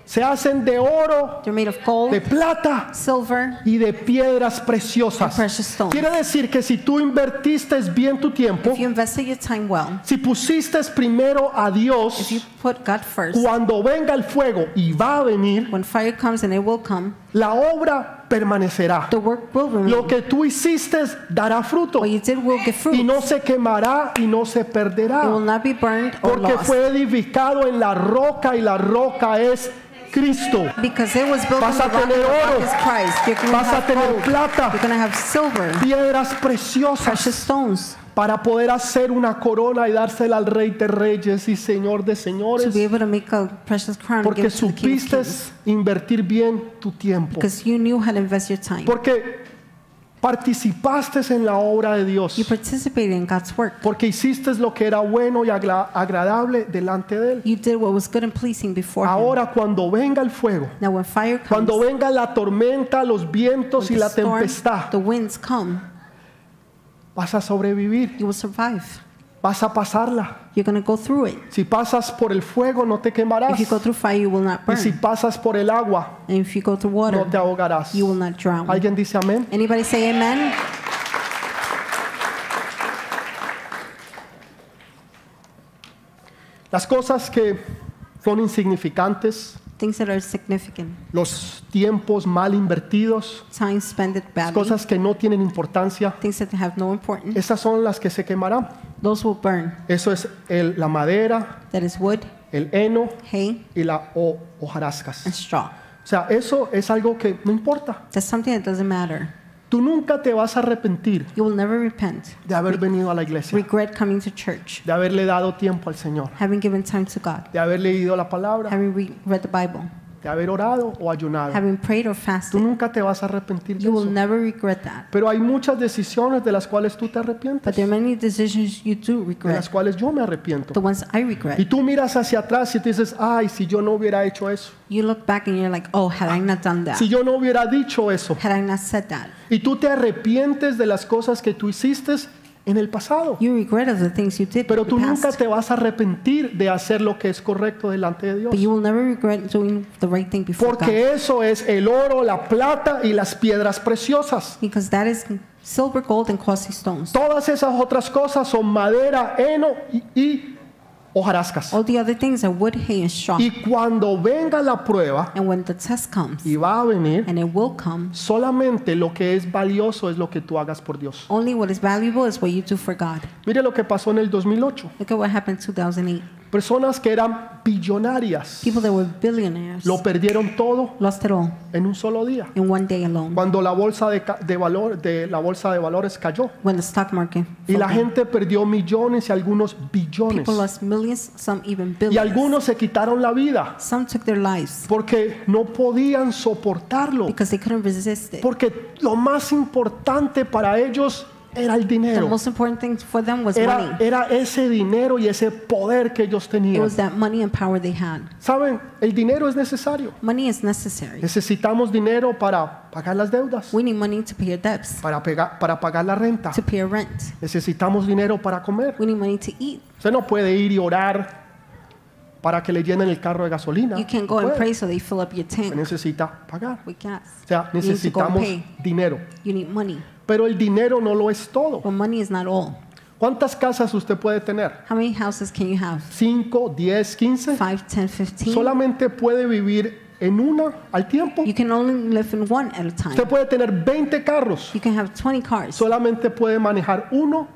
A: Se hacen de oro,
B: They're made of
A: de
B: gold,
A: plata,
B: silver,
A: y de piedras
B: And precious
A: preciosas.
B: stones.
A: Quiere decir que si tú invertiste bien tu tiempo,
B: If you invested your time well,
A: si pusiste primero a
B: if you
A: Dios,
B: put God first,
A: cuando venga el fuego y va a venir,
B: when fire comes and it will come,
A: la obra permanecerá.
B: the work will remain.
A: Lo que tú hiciste dará fruto
B: what you did will give fruit.
A: y no se quemará y no se
B: it will
A: perderá,
B: not be burned or
A: porque
B: lost.
A: fue edificado en la roca y la roca es Cristo.
B: because it was built
A: Vas a
B: on the rock
A: tener
B: of
A: oro.
B: Jesus Christ. You're going to
A: Vas a
B: have
A: tener
B: gold.
A: plata,
B: You're going to have silver,
A: piedras preciosas.
B: precious stones,
A: para poder hacer una corona y dársela al Rey de Reyes y Señor de
B: to be
A: Señores,
B: able to make a precious crown and give
A: porque
B: it to the King of
A: supiste
B: Kings.
A: invertir bien tu tiempo,
B: Because you knew how to invest your time.
A: porque participaste en la obra de Dios,
B: You participated in God's work.
A: porque hiciste lo que era bueno y agra- agradable delante de Él.
B: You did what was good and pleasing before Him.
A: Ahora cuando venga el fuego,
B: Now when fire comes,
A: cuando venga la tormenta, los vientos y
B: when the
A: la
B: storm,
A: tempestad,
B: the winds come,
A: vas a sobrevivir,
B: you will survive.
A: vas a pasarla.
B: You're going to go through it.
A: Si pasas por el fuego no te
B: If
A: quemarás,
B: you go
A: y
B: through fire, you will not burn.
A: si pasas por el agua
B: and if you go through water,
A: no te ahogarás.
B: you will not drown.
A: ¿Alguien dice amén?
B: Anybody say amen?
A: Las cosas que son insignificantes,
B: Things that are significant.
A: los tiempos mal invertidos,
B: Time spent it
A: las
B: badly.
A: cosas que no tienen importancia,
B: Things that have no importance.
A: esas son las que se quemarán.
B: Those will burn.
A: Eso es el- la madera,
B: That is wood,
A: el heno
B: hay,
A: y la o-
B: and
A: hojarascas.
B: straw.
A: O sea, eso es algo que no importa.
B: That's something that doesn't matter.
A: Tú nunca te vas a arrepentir
B: You will never repent.
A: de haber venido a la iglesia,
B: Regret coming to church.
A: de haberle dado tiempo al Señor,
B: having given time to God,
A: de haber leído la palabra,
B: having re- read the Bible,
A: de haber orado o ayunado.
B: having prayed or
A: Tú
B: fasted,
A: nunca te vas a arrepentir de
B: you will
A: eso.
B: never regret that.
A: Pero hay muchas decisiones de las cuales tú te
B: But
A: arrepientes.
B: there are many decisions you do
A: de las
B: regret,
A: cuales yo me arrepiento.
B: the ones I
A: Y
B: regret.
A: tú miras hacia atrás y te dices, ay, si yo no hubiera hecho eso,
B: You look back and you're like, oh, had I not done that,
A: si yo no hubiera dicho eso.
B: had I not said that.
A: Y tú te arrepientes de las cosas que tú hiciste en el pasado.
B: You regret of the things you did
A: Pero
B: in the
A: tú nunca
B: past,
A: te vas a arrepentir de hacer lo que es correcto delante de Dios.
B: but you will never regret doing the right thing before God.
A: Porque eso es el oro, la plata y las piedras preciosas.
B: Because that is silver, gold, and costly stones.
A: Todas esas otras cosas son madera, heno y, y hojarascas.
B: All the other things are wood, hay, and straw.
A: Y cuando venga la prueba,
B: And when the test comes,
A: y va a venir,
B: and it will come,
A: solamente lo que es valioso es lo que tú hagas por Dios.
B: only what is valuable is what you do for God.
A: Mire lo que pasó en el 2008.
B: Look at what happened in 2008.
A: Personas que eran billonarias
B: People that were billionaires
A: lo perdieron todo
B: lost it all
A: en un solo día.
B: in one day alone
A: Cuando la bolsa de, ca- de valor, de la bolsa de valores cayó
B: when the stock market.
A: y
B: fell
A: la
B: down.
A: gente perdió millones y algunos billones.
B: People lost millions, some even
A: Y
B: billions.
A: algunos se quitaron la vida
B: Some took their lives
A: porque no podían soportarlo.
B: because they couldn't resist it.
A: Porque lo más importante para ellos era el
B: The
A: dinero.
B: most important thing for them was
A: Era,
B: money.
A: era ese dinero y ese poder que ellos
B: It
A: tenían.
B: was that money and power they had.
A: Saben, el dinero es necesario.
B: Money is necessary.
A: Necesitamos dinero para pagar las deudas,
B: We need money to pay our debts,
A: para, pega- para pagar la renta.
B: to pay our rent.
A: Necesitamos dinero para comer.
B: We need money to eat.
A: Usted no puede ir y orar para que le llenen el carro de gasolina.
B: You can't
A: No
B: go and
A: puede.
B: pray so they fill up your
A: Se
B: tank
A: necesita pagar.
B: with gas.
A: O sea,
B: You need to go and
A: necesitamos
B: pay.
A: dinero.
B: You need money.
A: Pero el dinero no lo es todo.
B: But money is not all.
A: ¿Cuántas casas usted puede tener?
B: How many houses can you have?
A: ¿5, 10, 15?
B: 5, 10, 15?
A: Solamente puede vivir en una al tiempo.
B: You can only live in one at a time.
A: Usted puede tener 20 carros.
B: You can have 20 cars.
A: Solamente puede manejar uno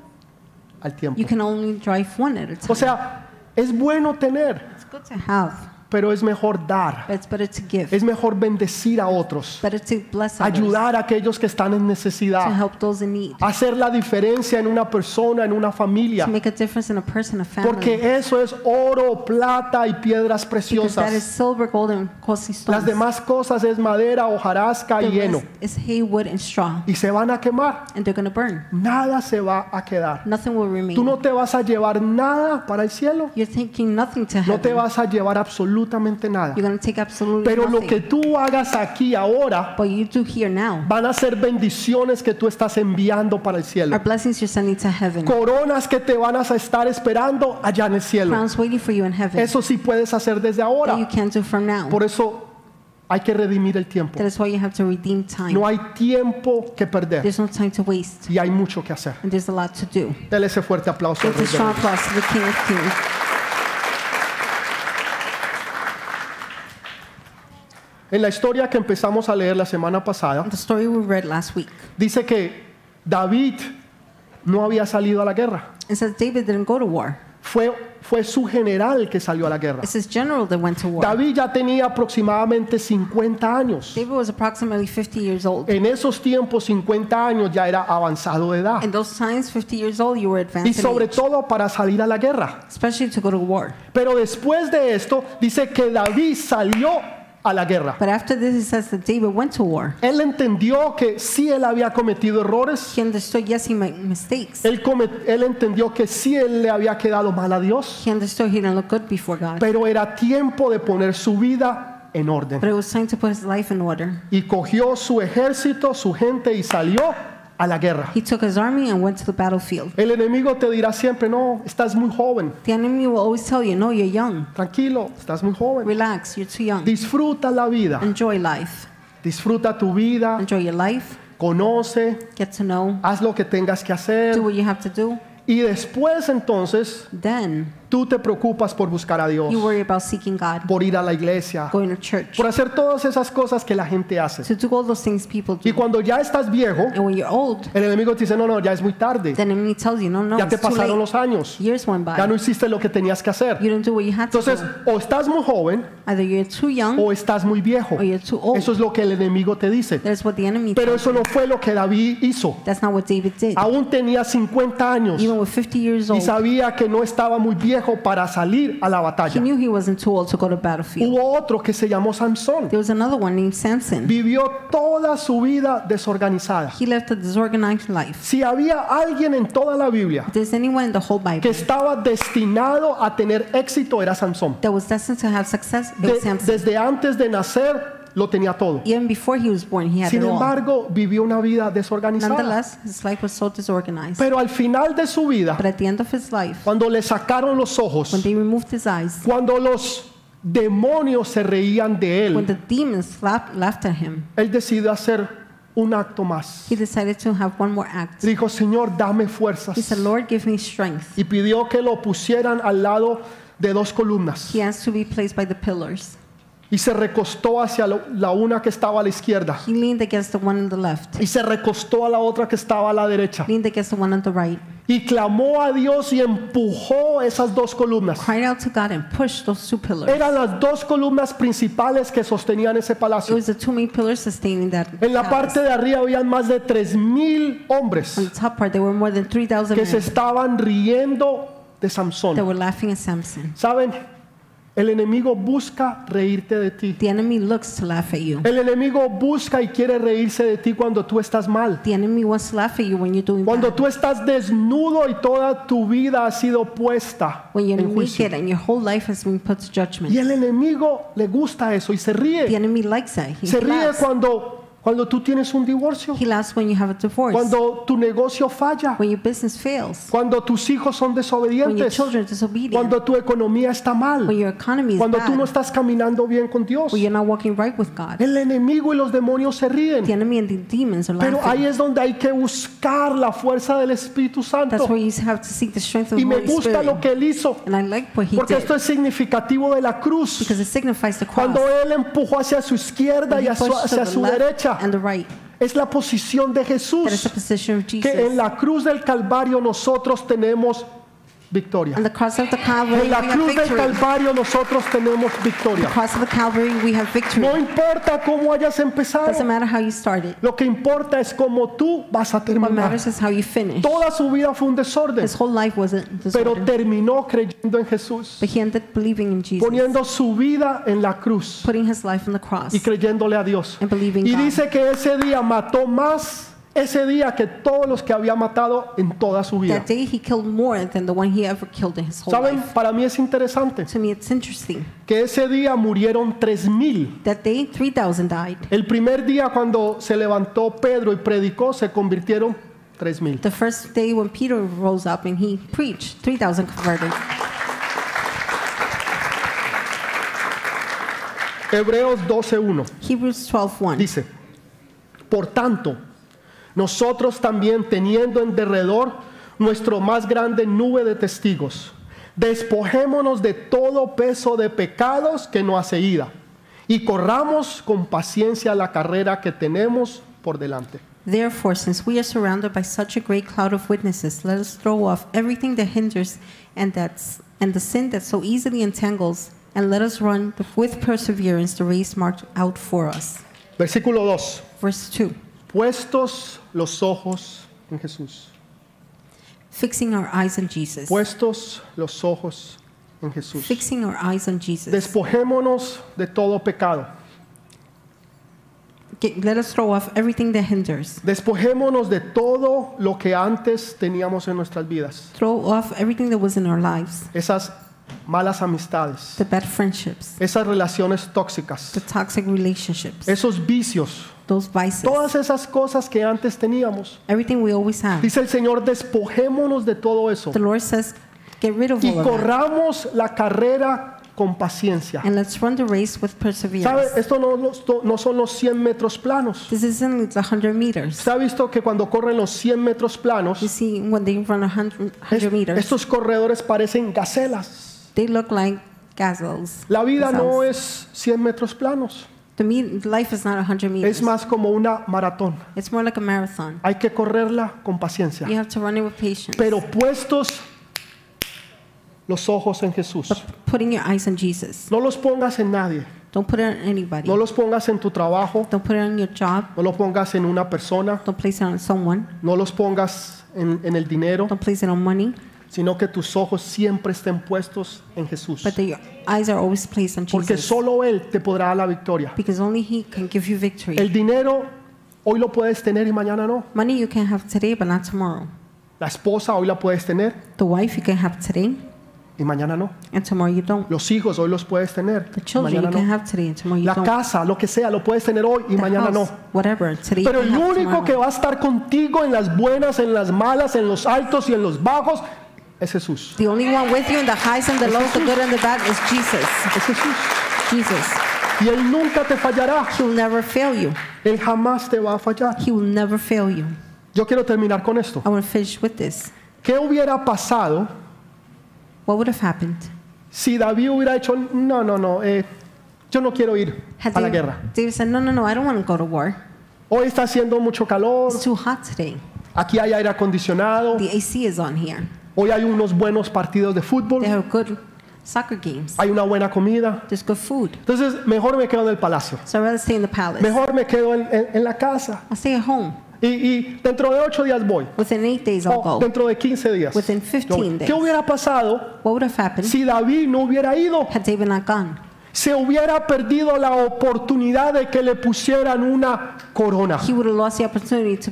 A: al tiempo.
B: You can only drive one at a time.
A: O sea, es bueno tener,
B: it's good to have,
A: pero es mejor dar.
B: but it's better to give.
A: Es mejor bendecir a otros.
B: better to bless others,
A: Ayudar a aquellos que están en
B: to
A: necesidad.
B: help those in need,
A: Hacer la diferencia en una persona, en una familia.
B: to make a difference in a person, a family.
A: Porque eso es oro, plata y piedras
B: because that is
A: preciosas.
B: silver, gold, and costly stones.
A: Las demás cosas es madera, hojarasca
B: the
A: y heno.
B: rest is hay, wood, and straw,
A: Y se van a quemar.
B: and they're going to burn.
A: Nada se va a quedar.
B: Nothing will remain.
A: Tú no te vas a llevar nada para el cielo.
B: You're taking nothing to
A: No
B: heaven.
A: te vas a llevar absolutamente nada.
B: You're going to take absolutely
A: Pero lo
B: nothing.
A: que tú hagas aquí ahora
B: but you do here now
A: van a ser bendiciones que tú estás enviando para el
B: are
A: cielo.
B: blessings you're sending to heaven.
A: Coronas que te van a estar esperando allá en el cielo.
B: Crowns waiting for you in heaven
A: Eso sí puedes hacer desde ahora.
B: that you can do from now.
A: Por eso hay que redimir el tiempo.
B: that is why you have to redeem time.
A: No hay tiempo que perder
B: There's no time to waste,
A: y hay mucho que hacer.
B: and there's a lot to do.
A: Dele ese fuerte aplauso. al
B: Give
A: Rey de
B: a strong
A: Reyes.
B: applause to the King of Kings.
A: En la historia que empezamos a leer la semana pasada,
B: The story we read last week.
A: dice que David no había salido a la guerra.
B: It says David didn't go to war.
A: Fue, fue su general que salió a la guerra.
B: It's his general that went to war.
A: David ya tenía aproximadamente 50 años.
B: David was approximately 50 years old.
A: En esos tiempos, 50 años ya era avanzado de edad.
B: In those times, 50 years old, you were
A: Y
B: advanced, in
A: sobre
B: age,
A: todo para salir a la guerra.
B: especially to go to war.
A: Pero después de esto, dice que David salió a la guerra.
B: But after this, it says that David went to war.
A: Él entendió que sí él había cometido errores.
B: He understood, yes, he made mistakes.
A: Él, come- él entendió que sí él le había quedado mal a Dios.
B: He understood he didn't look good before God.
A: Pero era tiempo de poner su vida en orden.
B: But it was time to put his life in order.
A: y cogió su ejército, su gente y salió a la guerra.
B: He took his army and went to the battlefield.
A: El enemigo te dirá siempre, no, estás muy joven,
B: The enemy will always tell you, no, you're young.
A: tranquilo, estás muy joven.
B: Relax, you're too young.
A: Disfruta la vida,
B: Enjoy life.
A: disfruta tu vida,
B: Enjoy your life.
A: conoce,
B: Get to know.
A: haz lo que tengas que
B: Do
A: hacer
B: what you have to do.
A: y después entonces
B: Then
A: tú te preocupas por buscar a Dios,
B: You worry about seeking God,
A: por ir a la iglesia,
B: going to church,
A: por hacer todas esas cosas que la gente hace.
B: to do all those things people
A: Y
B: do.
A: cuando ya estás viejo,
B: And when you're old,
A: el enemigo te dice, no, no, ya es muy tarde,
B: the enemy tells you, no, no,
A: ya te
B: it's too
A: pasaron
B: late.
A: los años,
B: Years went
A: ya no
B: by.
A: hiciste lo que tenías que hacer.
B: You didn't do what you had to Mm-hmm.
A: Entonces,
B: do.
A: o estás muy joven
B: Either you're too young
A: o estás muy viejo.
B: or you're too old.
A: Eso es lo que el enemigo te dice.
B: That's what the enemy
A: Pero Ah,
B: tells
A: eso no fue lo que David hizo.
B: That's not what David did.
A: Aún tenía 50 años
B: Even with 50 years
A: y
B: old,
A: sabía que no estaba muy viejo para salir a la
B: he
A: batalla.
B: knew he wasn't too old to go to battlefield.
A: Hubo otro que se llamó Sansón.
B: There was another one named Samson.
A: Vivió toda su vida desorganizada.
B: He lived a disorganized life.
A: Si había alguien en toda la Biblia
B: If there's anyone in the whole
A: que
B: Bible
A: estaba destinado a tener éxito, era Sansón.
B: that was destined to have success, it
A: De-
B: was Samson.
A: desde antes de nacer, lo tenía todo.
B: Even before he was born, he had
A: Sin
B: it all.
A: embargo, vivió una vida desorganizada.
B: Nonetheless, his life was so disorganized.
A: Pero al final de su vida,
B: But at the end of his life,
A: cuando le sacaron los ojos,
B: when they removed his eyes,
A: cuando los demonios se reían de
B: when the
A: él,
B: demons laugh- laughed at him,
A: él decidió hacer un acto más.
B: he decided to have one more act.
A: Dijo, Señor, dame
B: He said,
A: fuerzas.
B: Lord, give me strength.
A: Y pidió que lo pusieran al lado de dos columnas.
B: He asked to be placed by the pillars.
A: Y se recostó hacia lo- la una que estaba a la izquierda.
B: He leaned against the one on the left,
A: Y se recostó a la otra que estaba a la derecha.
B: leaned against the one on the right,
A: Y clamó a Dios y empujó esas dos columnas.
B: cried out to God and pushed those two pillars.
A: Eran las dos columnas principales que sostenían ese
B: It
A: palacio.
B: was the two main pillars sustaining that.
A: En la
B: palace.
A: parte de arriba habían más de 3.000
B: On the
A: hombres
B: top part, there were more than 3,000
A: que
B: men
A: se estaban riendo de
B: that
A: Samson.
B: were laughing at Samson.
A: Saben, el enemigo busca reírte de ti.
B: The enemy looks to laugh at you.
A: El enemigo busca y quiere reírse de ti cuando tú estás mal.
B: The enemy wants to laugh at you when you're doing
A: Cuando
B: bad.
A: tú estás desnudo y toda tu vida ha sido puesta
B: When you're
A: en juicio.
B: naked and your whole life has been put to judgment.
A: Y el enemigo le gusta eso y se
B: The
A: ríe.
B: enemy likes that. He
A: Se ríe
B: laughs.
A: cuando, cuando tú tienes un divorcio,
B: He laughs when you have a divorce.
A: cuando tu negocio falla,
B: when your business fails.
A: cuando tus hijos son
B: When your
A: desobedientes,
B: children pues, are disobedient.
A: cuando tu economía está
B: when
A: mal,
B: your economy is
A: cuando
B: bad.
A: tú no estás caminando bien con Dios.
B: when you're not walking right with God.
A: El enemigo y los demonios se
B: The
A: ríen.
B: enemy and the demons are
A: Pero ahí
B: laughing.
A: es donde hay que buscar la fuerza del Espíritu Santo.
B: That's where you have to seek the strength of
A: Y
B: the
A: me
B: Holy
A: gusta
B: Spirit.
A: lo que él hizo,
B: and I like what he
A: porque
B: did.
A: esto es significativo de la cruz.
B: because it signifies the cross.
A: Cuando él empujó hacia su izquierda
B: When
A: y
B: he
A: a su-
B: pushed to
A: hacia
B: the
A: su
B: left
A: derecha,
B: and the right.
A: es la posición de
B: That is the
A: Jesús,
B: position of Jesus.
A: que en la cruz del Calvario nosotros tenemos victoria.
B: On the cross of the Calvary,
A: En la
B: we have
A: cruz del
B: victory.
A: Calvario nosotros tenemos victoria.
B: cross of the Calvary, we have victory.
A: No importa cómo hayas
B: Doesn't
A: empezado,
B: matter how you started.
A: lo que importa es cómo tú vas a
B: What
A: terminar.
B: matters is how you finish.
A: Toda su vida fue un desorden,
B: His whole life wasn't
A: pero
B: disorder,
A: terminó creyendo en Jesús,
B: but he ended believing in Jesus,
A: poniendo su vida en la cruz
B: putting his life on the cross.
A: y creyéndole a Dios.
B: And believing
A: Y
B: God.
A: dice que ese día mató más ese día que todos los que había matado en toda su vida.
B: That day, he killed more than the one he ever killed in his whole
A: Saben,
B: life.
A: para mí es interesante
B: To me, it's interesting.
A: que ese día murieron tres mil.
B: That day, 3,000 died.
A: El primer día cuando se levantó Pedro y predicó, se convirtieron tres mil.
B: The first day when Peter rose up and he preached, 3,000 converted.
A: Hebreos 12:1
B: Hebrews 12:1.
A: dice: Por tanto, nosotros también teniendo en derredor nuestro más grande nube de testigos, despojémonos de todo peso de pecados que nos hace ida y corramos con paciencia la carrera que tenemos por delante.
B: Therefore, since we are surrounded by such a great cloud of witnesses, let us throw off everything that hinders and that's and the sin that so easily entangles, and let us run with perseverance the race marked out for us.
A: Versículo 2.
B: Verse 2.
A: Puestos los ojos en Jesús.
B: Fixing our eyes on Jesus.
A: Puestos los ojos en Jesús.
B: Fixing our eyes on Jesus.
A: Despojémonos de todo pecado.
B: Okay, Let us throw off everything that hinders.
A: Despojémonos de todo lo que antes teníamos en nuestras vidas.
B: Throw off everything that was in our lives.
A: Esas malas amistades,
B: The bad friendships,
A: esas relaciones
B: the
A: tóxicas,
B: toxic relationships,
A: esos vicios,
B: those vices,
A: todas esas cosas que antes teníamos.
B: everything we always have.
A: Dice el Señor, despojémonos de todo eso
B: The Lord says, get rid of
A: y
B: all of that.
A: corramos la carrera con paciencia.
B: And let's run the race with
A: ¿Sabe?
B: perseverance.
A: Esto no, los- no son los 100 metros planos.
B: This isn't the 100 meters.
A: Usted ha visto que cuando corren los 100 metros planos,
B: You see, when they run 100,
A: es-
B: 100 meters,
A: estos corredores parecen gacelas.
B: they look like gazelles.
A: La vida no es
B: Gazelles.
A: 100 metros planos,
B: The me- life is not 100
A: es
B: meters.
A: más como una maratón.
B: It's more like a marathon.
A: Hay que correrla con paciencia,
B: You have to run it with patience.
A: pero puestos los ojos en Jesús.
B: Putting your eyes on Jesus.
A: No los pongas en nadie,
B: Don't put it on anybody.
A: no los pongas en tu trabajo,
B: Don't put it on your job.
A: no los pongas en una persona,
B: Don't place it on someone.
A: no los pongas en, en el dinero,
B: Don't place it on money.
A: sino que tus ojos siempre estén puestos en Jesús.
B: But that your eyes are always placed on
A: Porque
B: Jesus.
A: solo Él te podrá dar la victoria.
B: Because only He can give you victory.
A: El dinero hoy lo puedes tener y mañana no.
B: Money you can have today, but not tomorrow.
A: La esposa hoy la puedes tener,
B: The wife you can have today,
A: y mañana no.
B: and tomorrow you don't.
A: Los hijos hoy los puedes tener,
B: The
A: y
B: children
A: mañana
B: you can
A: no.
B: have today and tomorrow you
A: La
B: don't.
A: casa, lo que sea, lo puedes tener hoy y
B: The
A: mañana no.
B: house, whatever, today
A: Pero
B: you
A: el
B: can have
A: único
B: tomorrow.
A: que va a estar contigo en las buenas, en las malas, en los altos y en los bajos, es Jesús.
B: The only one with you in the highs and the lows, the good and the bad is Jesus.
A: Es Jesús.
B: Jesus.
A: Y Él nunca te fallará.
B: He will never fail you.
A: Él jamás te va a fallar.
B: He will never fail you.
A: Yo quiero terminar con esto.
B: I want to finish with this.
A: ¿Qué hubiera pasado
B: What would have happened?
A: si David hubiera hecho, no, no, no, eh, yo no quiero ir
B: Had
A: a la
B: David-
A: guerra?
B: David said, No, no, no, I don't want to go to war.
A: Hoy está haciendo mucho calor,
B: It's too hot today.
A: aquí hay aire acondicionado,
B: The AC is on here.
A: hoy hay unos buenos partidos de fútbol,
B: They have good soccer games.
A: hay una buena comida.
B: There's good food.
A: Entonces, mejor me quedo en el palacio,
B: So I'd rather stay in the palace.
A: mejor me quedo en, en- en la casa.
B: I'll stay at home.
A: Y, y dentro de ocho días voy,
B: Within eight days, I'll
A: o
B: go.
A: dentro de 15 días.
B: Within 15
A: ¿Qué
B: days.
A: hubiera pasado
B: What would have happened
A: si David no hubiera ido?
B: had David not gone?
A: se hubiera perdido la oportunidad de que le pusieran una corona.
B: He would have lost the opportunity to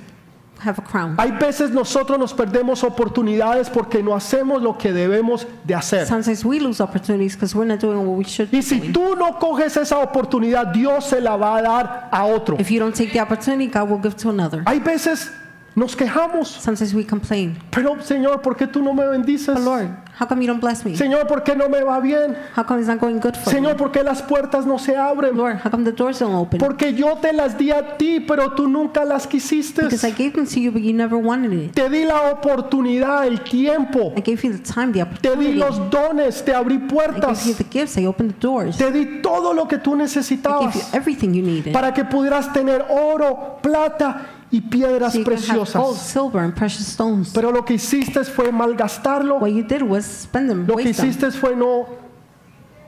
B: have a crown.
A: Hay veces nosotros nos perdemos oportunidades porque no hacemos lo que debemos de hacer.
B: Sometimes we lose opportunities because we're not doing what we should be
A: Y si
B: doing.
A: tú no coges esa oportunidad, Dios se la va a dar a otro.
B: If you don't take the opportunity, God will give to another.
A: Hay veces nos quejamos,
B: Sometimes we complain.
A: pero Señor, ¿por qué tú no me bendices?
B: But Lord, how come you don't bless me?
A: Señor, ¿por qué no me va bien?
B: How come it's not going good for me?
A: Señor, ¿por qué las puertas no se abren?
B: Lord, how come the doors don't open?
A: Porque yo te las di a ti, pero tú nunca las quisiste.
B: Because I gave them to you, but you never wanted it.
A: Te di la oportunidad, el tiempo.
B: I gave you the time, the
A: Te di
B: opportunity. I
A: los dones, te abrí
B: gave you
A: puertas,
B: the gifts. I opened the doors.
A: te di todo lo que tú
B: I gave you
A: necesitabas
B: everything you needed.
A: para que pudieras tener oro, plata y piedras
B: So you can have gold,
A: preciosas.
B: silver, and precious stones.
A: Pero lo que hiciste fue malgastarlo,
B: what you did was spend them,
A: lo que
B: waste them.
A: hiciste fue no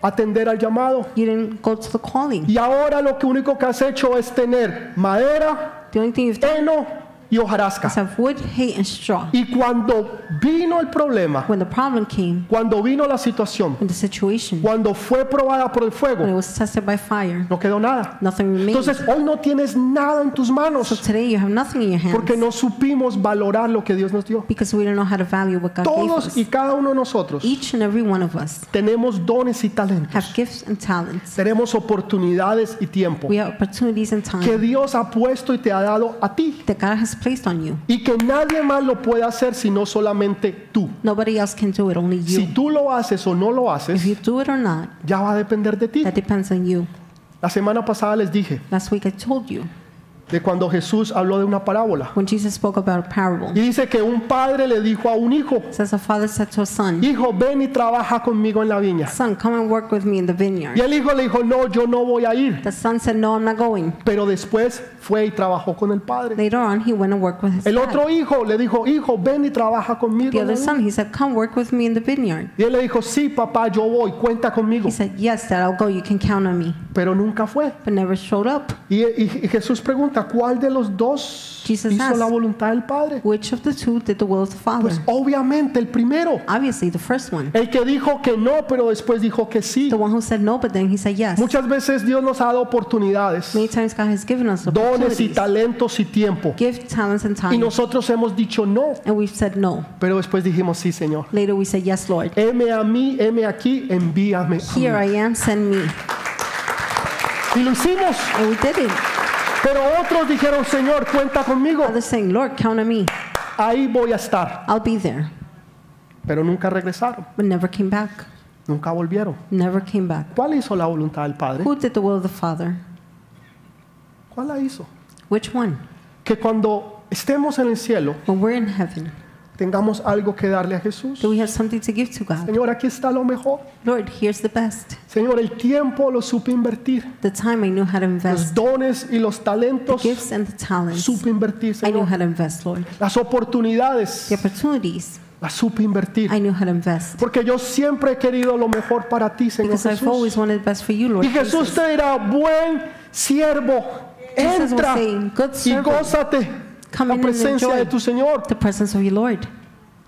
A: atender al llamado.
B: You didn't go to the calling.
A: Y ahora lo que único que has hecho es tener madera,
B: The only thing you've done
A: heno y
B: is
A: hojarasca.
B: have wood, hay, and straw.
A: Y cuando vino el problema,
B: When the problem came,
A: cuando vino la situación,
B: when the situation,
A: cuando fue probada por el
B: when it
A: fuego,
B: was tested by fire,
A: no quedó nada.
B: nothing remained.
A: Entonces hoy no tienes nada en tus manos
B: Today you have nothing in your
A: porque
B: hands
A: no supimos valorar lo que Dios nos dio.
B: because we don't know how to value what God gave
A: Todos
B: us.
A: y cada uno de nosotros
B: Each and every one of us
A: tenemos dones y
B: have
A: talentos,
B: gifts and talents.
A: tenemos oportunidades y tiempo
B: We have opportunities and
A: que
B: time
A: Dios ha puesto y te ha dado a ti
B: that God has placed on you.
A: y que nadie más lo puede hacer sino solamente tú.
B: Nobody else can do it, only
A: Si
B: you.
A: tú lo haces o no lo
B: If you
A: haces,
B: do it or not,
A: ya va a depender de ti.
B: that depends on you.
A: La semana pasada les dije
B: Last week I told you
A: de cuando Jesús habló de una parábola
B: when Jesus spoke about a parable.
A: y dice que un padre le dijo a un hijo,
B: It says a father said to a son,
A: hijo, ven y trabaja conmigo en la viña.
B: Son, come and work with me in the
A: Y
B: vineyard.
A: el hijo le dijo, no, yo no voy a ir.
B: The son said, No, I'm not going.
A: Pero después fue y trabajó con el padre.
B: Later on, he went and worked with his
A: El
B: dad.
A: otro hijo le dijo, hijo, ven y trabaja conmigo.
B: The
A: en la
B: other
A: viña".
B: son, he said, Come work with me in the vineyard.
A: Y él le dijo, sí, papá, yo voy, cuenta conmigo.
B: He said, Yes, Dad, I'll go. You can count on me.
A: Pero nunca fue.
B: But never showed up.
A: Y, y- y Jesús pregunta, ¿cuál de los dos
B: Jesus
A: hizo
B: asked.
A: la voluntad del padre?
B: Which of the two did the will of the Father?
A: Pues obviamente el primero,
B: Obviously, the first one.
A: el que dijo que no, pero después dijo que sí.
B: The one who said no, but then he said yes.
A: Muchas veces Dios nos ha dado oportunidades,
B: Many times God has given us
A: dones y
B: opportunities,
A: talentos y tiempo.
B: gift, talents, and
A: Y
B: time,
A: nosotros hemos dicho no,
B: and we've said no.
A: pero después dijimos sí, Señor.
B: Later, we said yes, Lord.
A: M a mí, M aquí, envíame. a mí".
B: Here I am, send me.
A: Y lo hicimos.
B: And we did it.
A: Pero otros dijeron, Señor, cuenta conmigo.
B: Others saying, Lord, count on me.
A: Ahí voy a estar.
B: I'll be there.
A: Pero nunca regresaron.
B: But never came back.
A: Nunca volvieron.
B: Never came back.
A: ¿Cuál hizo la voluntad del Padre?
B: Who did the will of the Father?
A: ¿Cuál la hizo?
B: Which one?
A: Que cuando estemos en el cielo,
B: When we're in heaven,
A: tengamos algo que darle a Jesús.
B: do we have something to give to God?
A: Señor, aquí está lo mejor.
B: Lord, here's the best.
A: Señor, el tiempo lo supe invertir.
B: The time I knew how to
A: Los
B: invest,
A: dones y los
B: the
A: talentos
B: gifts and the talents,
A: supe invertir,
B: I knew
A: Señor.
B: how to invest, Lord.
A: Las oportunidades
B: The opportunities,
A: las supe invertir.
B: I knew how to invest.
A: Porque yo siempre he querido lo mejor para ti, Señor
B: Because I've
A: Jesús.
B: always wanted the best for you, Lord.
A: Y Jesús
B: Jesus.
A: te dirá, buen siervo,
B: Jesus was
A: entra
B: saying, "Good
A: y
B: servant,
A: gózate
B: come
A: la
B: in and
A: presencia
B: enjoy
A: de tu Señor.
B: The presence of your Lord.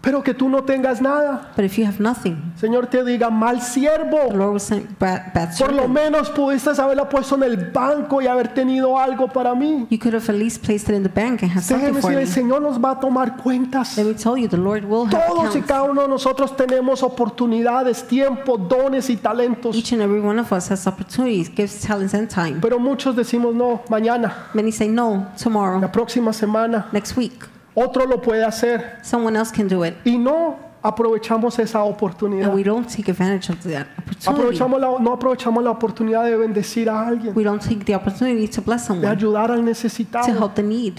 A: pero que tú no tengas nada.
B: But if you have nothing,
A: El Señor te diga, mal
B: the
A: siervo,
B: Lord will send bad, bad
A: por lo
B: servant.
A: menos pudiste haberla puesto en el banco y haber tenido algo para mí.
B: You could have at least placed it in the bank and have something
A: Déjeme
B: for
A: decir,
B: me.
A: el Señor nos va a tomar cuentas.
B: Let me tell you, the Lord will have
A: Todos y
B: accounts.
A: cada uno de nosotros tenemos oportunidades, tiempo, dones y talentos.
B: Each and every one of us has opportunities, gifts, talents, and time.
A: Pero muchos decimos, no, mañana,
B: Many say no tomorrow,
A: la próxima semana,
B: next week.
A: otro lo puede hacer.
B: Someone else can do it,
A: Y no aprovechamos esa
B: and
A: oportunidad.
B: we don't take advantage of that opportunity.
A: Aprovechamos la- no aprovechamos la oportunidad de bendecir a alguien,
B: We don't take the opportunity to bless
A: de
B: someone,
A: ayudar al
B: to
A: necesitado,
B: help the need,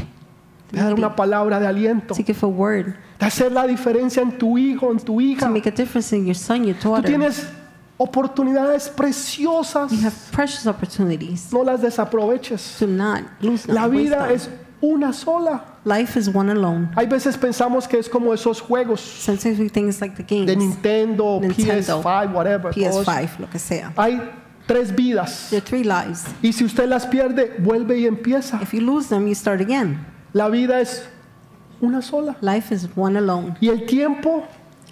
A: de dar una palabra de aliento,
B: to give a word,
A: de hacer la diferencia en tu hijo, en tu
B: to
A: hija.
B: make a difference in your son, your
A: Tú
B: daughter.
A: tienes oportunidades preciosas.
B: You have precious opportunities.
A: No las desaproveches.
B: Do not lose them.
A: La
B: waste
A: vida
B: them.
A: es una sola.
B: Life is one alone.
A: Hay veces pensamos que es como esos juegos
B: Sometimes we think it's like the
A: de
B: games,
A: Nintendo,
B: Nintendo,
A: PS5, whatever. todo eso.
B: PS5, lo que sea.
A: Hay tres vidas.
B: There are three lives.
A: Y si usted las pierde, vuelve y empieza.
B: If you lose them, you start again.
A: La vida es una sola.
B: Life is one alone,
A: Y el tiempo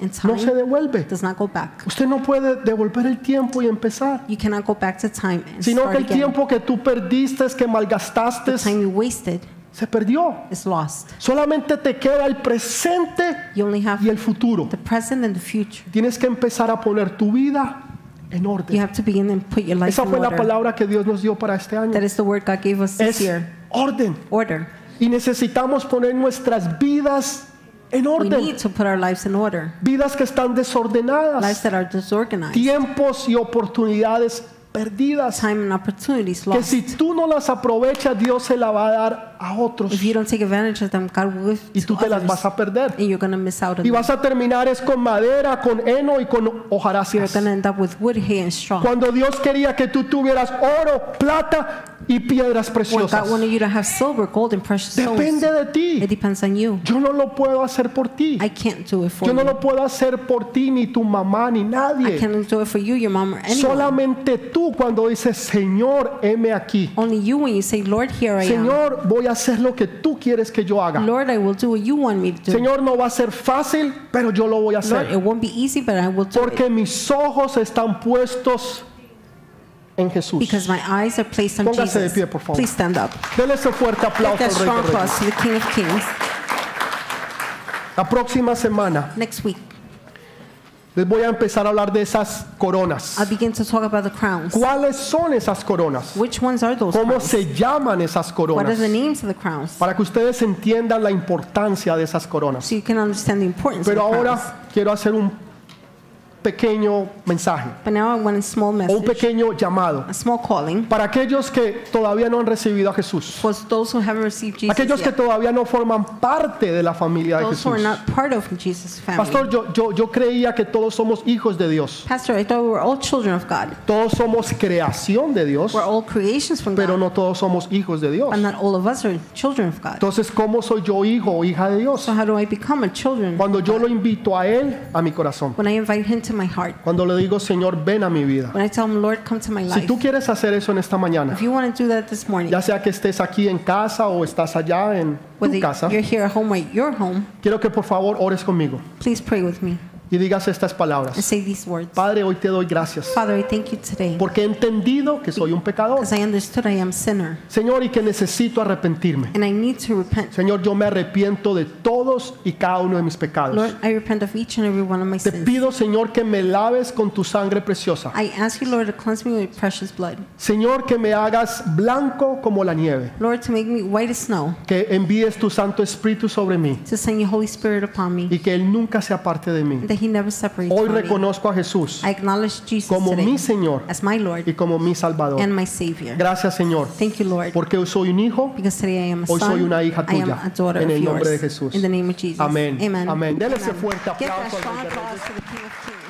B: and time
A: no se devuelve.
B: does not go back.
A: Usted no puede devolver el tiempo y empezar.
B: You cannot go back to time and
A: Sino
B: start
A: que el
B: again.
A: tiempo que tú perdiste, que malgastaste,
B: The time you wasted
A: se perdió.
B: is lost.
A: Solamente te queda el presente
B: You only
A: y
B: have
A: el futuro.
B: the present and the future.
A: Tienes que empezar a poner tu vida en
B: You
A: orden.
B: have to begin and put your life
A: Esa
B: in
A: fue la
B: order.
A: palabra que Dios nos dio para este año.
B: That is the word God gave us this
A: Es
B: year.
A: orden.
B: Order.
A: Y necesitamos poner nuestras vidas en
B: We
A: orden.
B: need to put our lives in order.
A: Vidas que están
B: Lives
A: desordenadas.
B: that are disorganized.
A: Tiempos y oportunidades perdidas.
B: Time and opportunities
A: Que
B: lost.
A: si tú no las aprovechas, Dios se la va a dar a otros.
B: If you don't take advantage of them, God will give
A: Y
B: to
A: tú te las
B: others,
A: vas a perder.
B: and you're going to miss out on
A: Y
B: them.
A: vas a terminar es con madera, con heno y con
B: You're
A: hojarascas.
B: going to end up with wood, hay, and straw.
A: Cuando Dios quería que tú tuvieras oro, plata y piedras
B: When
A: preciosas.
B: God wanted you to have silver, gold, and precious stones.
A: Depende de
B: It
A: ti.
B: depends on you.
A: Yo no lo puedo hacer por ti.
B: I can't do it for
A: Yo no
B: you.
A: lo puedo hacer por ti, ni tu mamá, ni
B: I
A: nadie.
B: can't do it for you, your mom, or anyone.
A: Solamente tú cuando dices, Señor, heme aquí.
B: Only you when you say, Lord, here I
A: Señor, voy a hacer lo que tú quieres que yo
B: am.
A: haga.
B: Lord, I will do what you want me to do.
A: Señor, no va a ser fácil, pero yo lo voy a
B: Lord,
A: hacer.
B: it won't be easy, but I will do it.
A: Porque mis ojos están puestos en
B: Because
A: Jesús.
B: my eyes are placed on
A: Póngase de
B: Jesus.
A: pie, por favor.
B: Please stand up.
A: Dele ese fuerte
B: Give
A: aplauso al Rey
B: that
A: de
B: strong
A: Reyes.
B: applause to the King of Kings.
A: La próxima semana
B: Next week,
A: les voy a empezar a hablar de esas coronas.
B: I'll begin to talk about the crowns.
A: ¿Cuáles son esas coronas?
B: Which ones are those
A: ¿Cómo
B: crowns?
A: se llaman esas
B: What are
A: coronas?
B: the names of the crowns?
A: Para que ustedes entiendan la importancia de esas coronas.
B: So you can understand the importance
A: Pero
B: of the crowns.
A: ahora quiero hacer un pequeño mensaje
B: But now I want a small
A: o un
B: message,
A: pequeño llamado
B: a small calling
A: para aquellos que todavía no han recibido a Jesús.
B: for those who haven't received Jesus
A: Aquellos que
B: yet.
A: todavía no forman parte de la familia de
B: Those who
A: Jesús.
B: are not part of Jesus' family.
A: Pastor, yo, yo, yo creía que todos somos hijos de Dios.
B: Pastor, I thought we were all children of God.
A: Todos somos creación de Dios,
B: We're all creations from
A: pero
B: God.
A: no todos somos hijos de Dios.
B: And not all of us are children of God.
A: Entonces, ¿cómo soy yo hijo o hija de Dios?
B: So how do I become a children?
A: Cuando yo lo invito a Él a mi corazón.
B: When I invite him to my heart.
A: Cuando le digo, Señor, ven a mi vida.
B: When I tell him, Lord, come to my
A: Si
B: life.
A: tú quieres hacer eso en esta mañana,
B: If you want to do that this morning,
A: ya sea que estés aquí en casa o estás allá en tu
B: whether
A: casa,
B: you're here at home or at your home,
A: quiero que por favor ores conmigo
B: please pray with me
A: y digas estas
B: and
A: palabras.
B: say these words.
A: Padre, hoy te doy gracias
B: Father, I thank you today
A: porque he entendido que soy un pecador,
B: because I understood I am sinner
A: Señor, y que necesito arrepentirme.
B: and I need to repent.
A: Señor, yo me arrepiento de todos y cada uno de mis pecados.
B: Lord, I repent of each and every one of my
A: Te
B: sins.
A: pido, Señor, que me laves con tu sangre preciosa.
B: I ask you, Lord, to cleanse me with precious blood.
A: Señor, que me hagas blanco como la nieve.
B: Lord, to make me white as snow,
A: Que envíes tu Santo Espíritu sobre mí
B: to send your Holy Spirit upon me,
A: y que Él nunca se aparte de mí.
B: and that He never separates
A: Hoy
B: from me.
A: reconozco a Jesús
B: I acknowledge Jesus
A: como
B: today
A: mi Señor
B: as my
A: y
B: Lord
A: como mi Salvador.
B: and my Savior.
A: Gracias, Señor,
B: Thank you, Lord,
A: porque soy un hijo.
B: because today I am a
A: Hoy
B: son.
A: soy una hija
B: I am
A: tuya.
B: a daughter
A: En el
B: of
A: nombre
B: yours.
A: de Jesús.
B: In the name of Jesus.
A: Amén.
B: Amen.
A: Amén. Dele ese
B: Amen.
A: fuerte
B: Give that
A: aplauso al
B: strong
A: Rey de
B: applause to the King of Kings.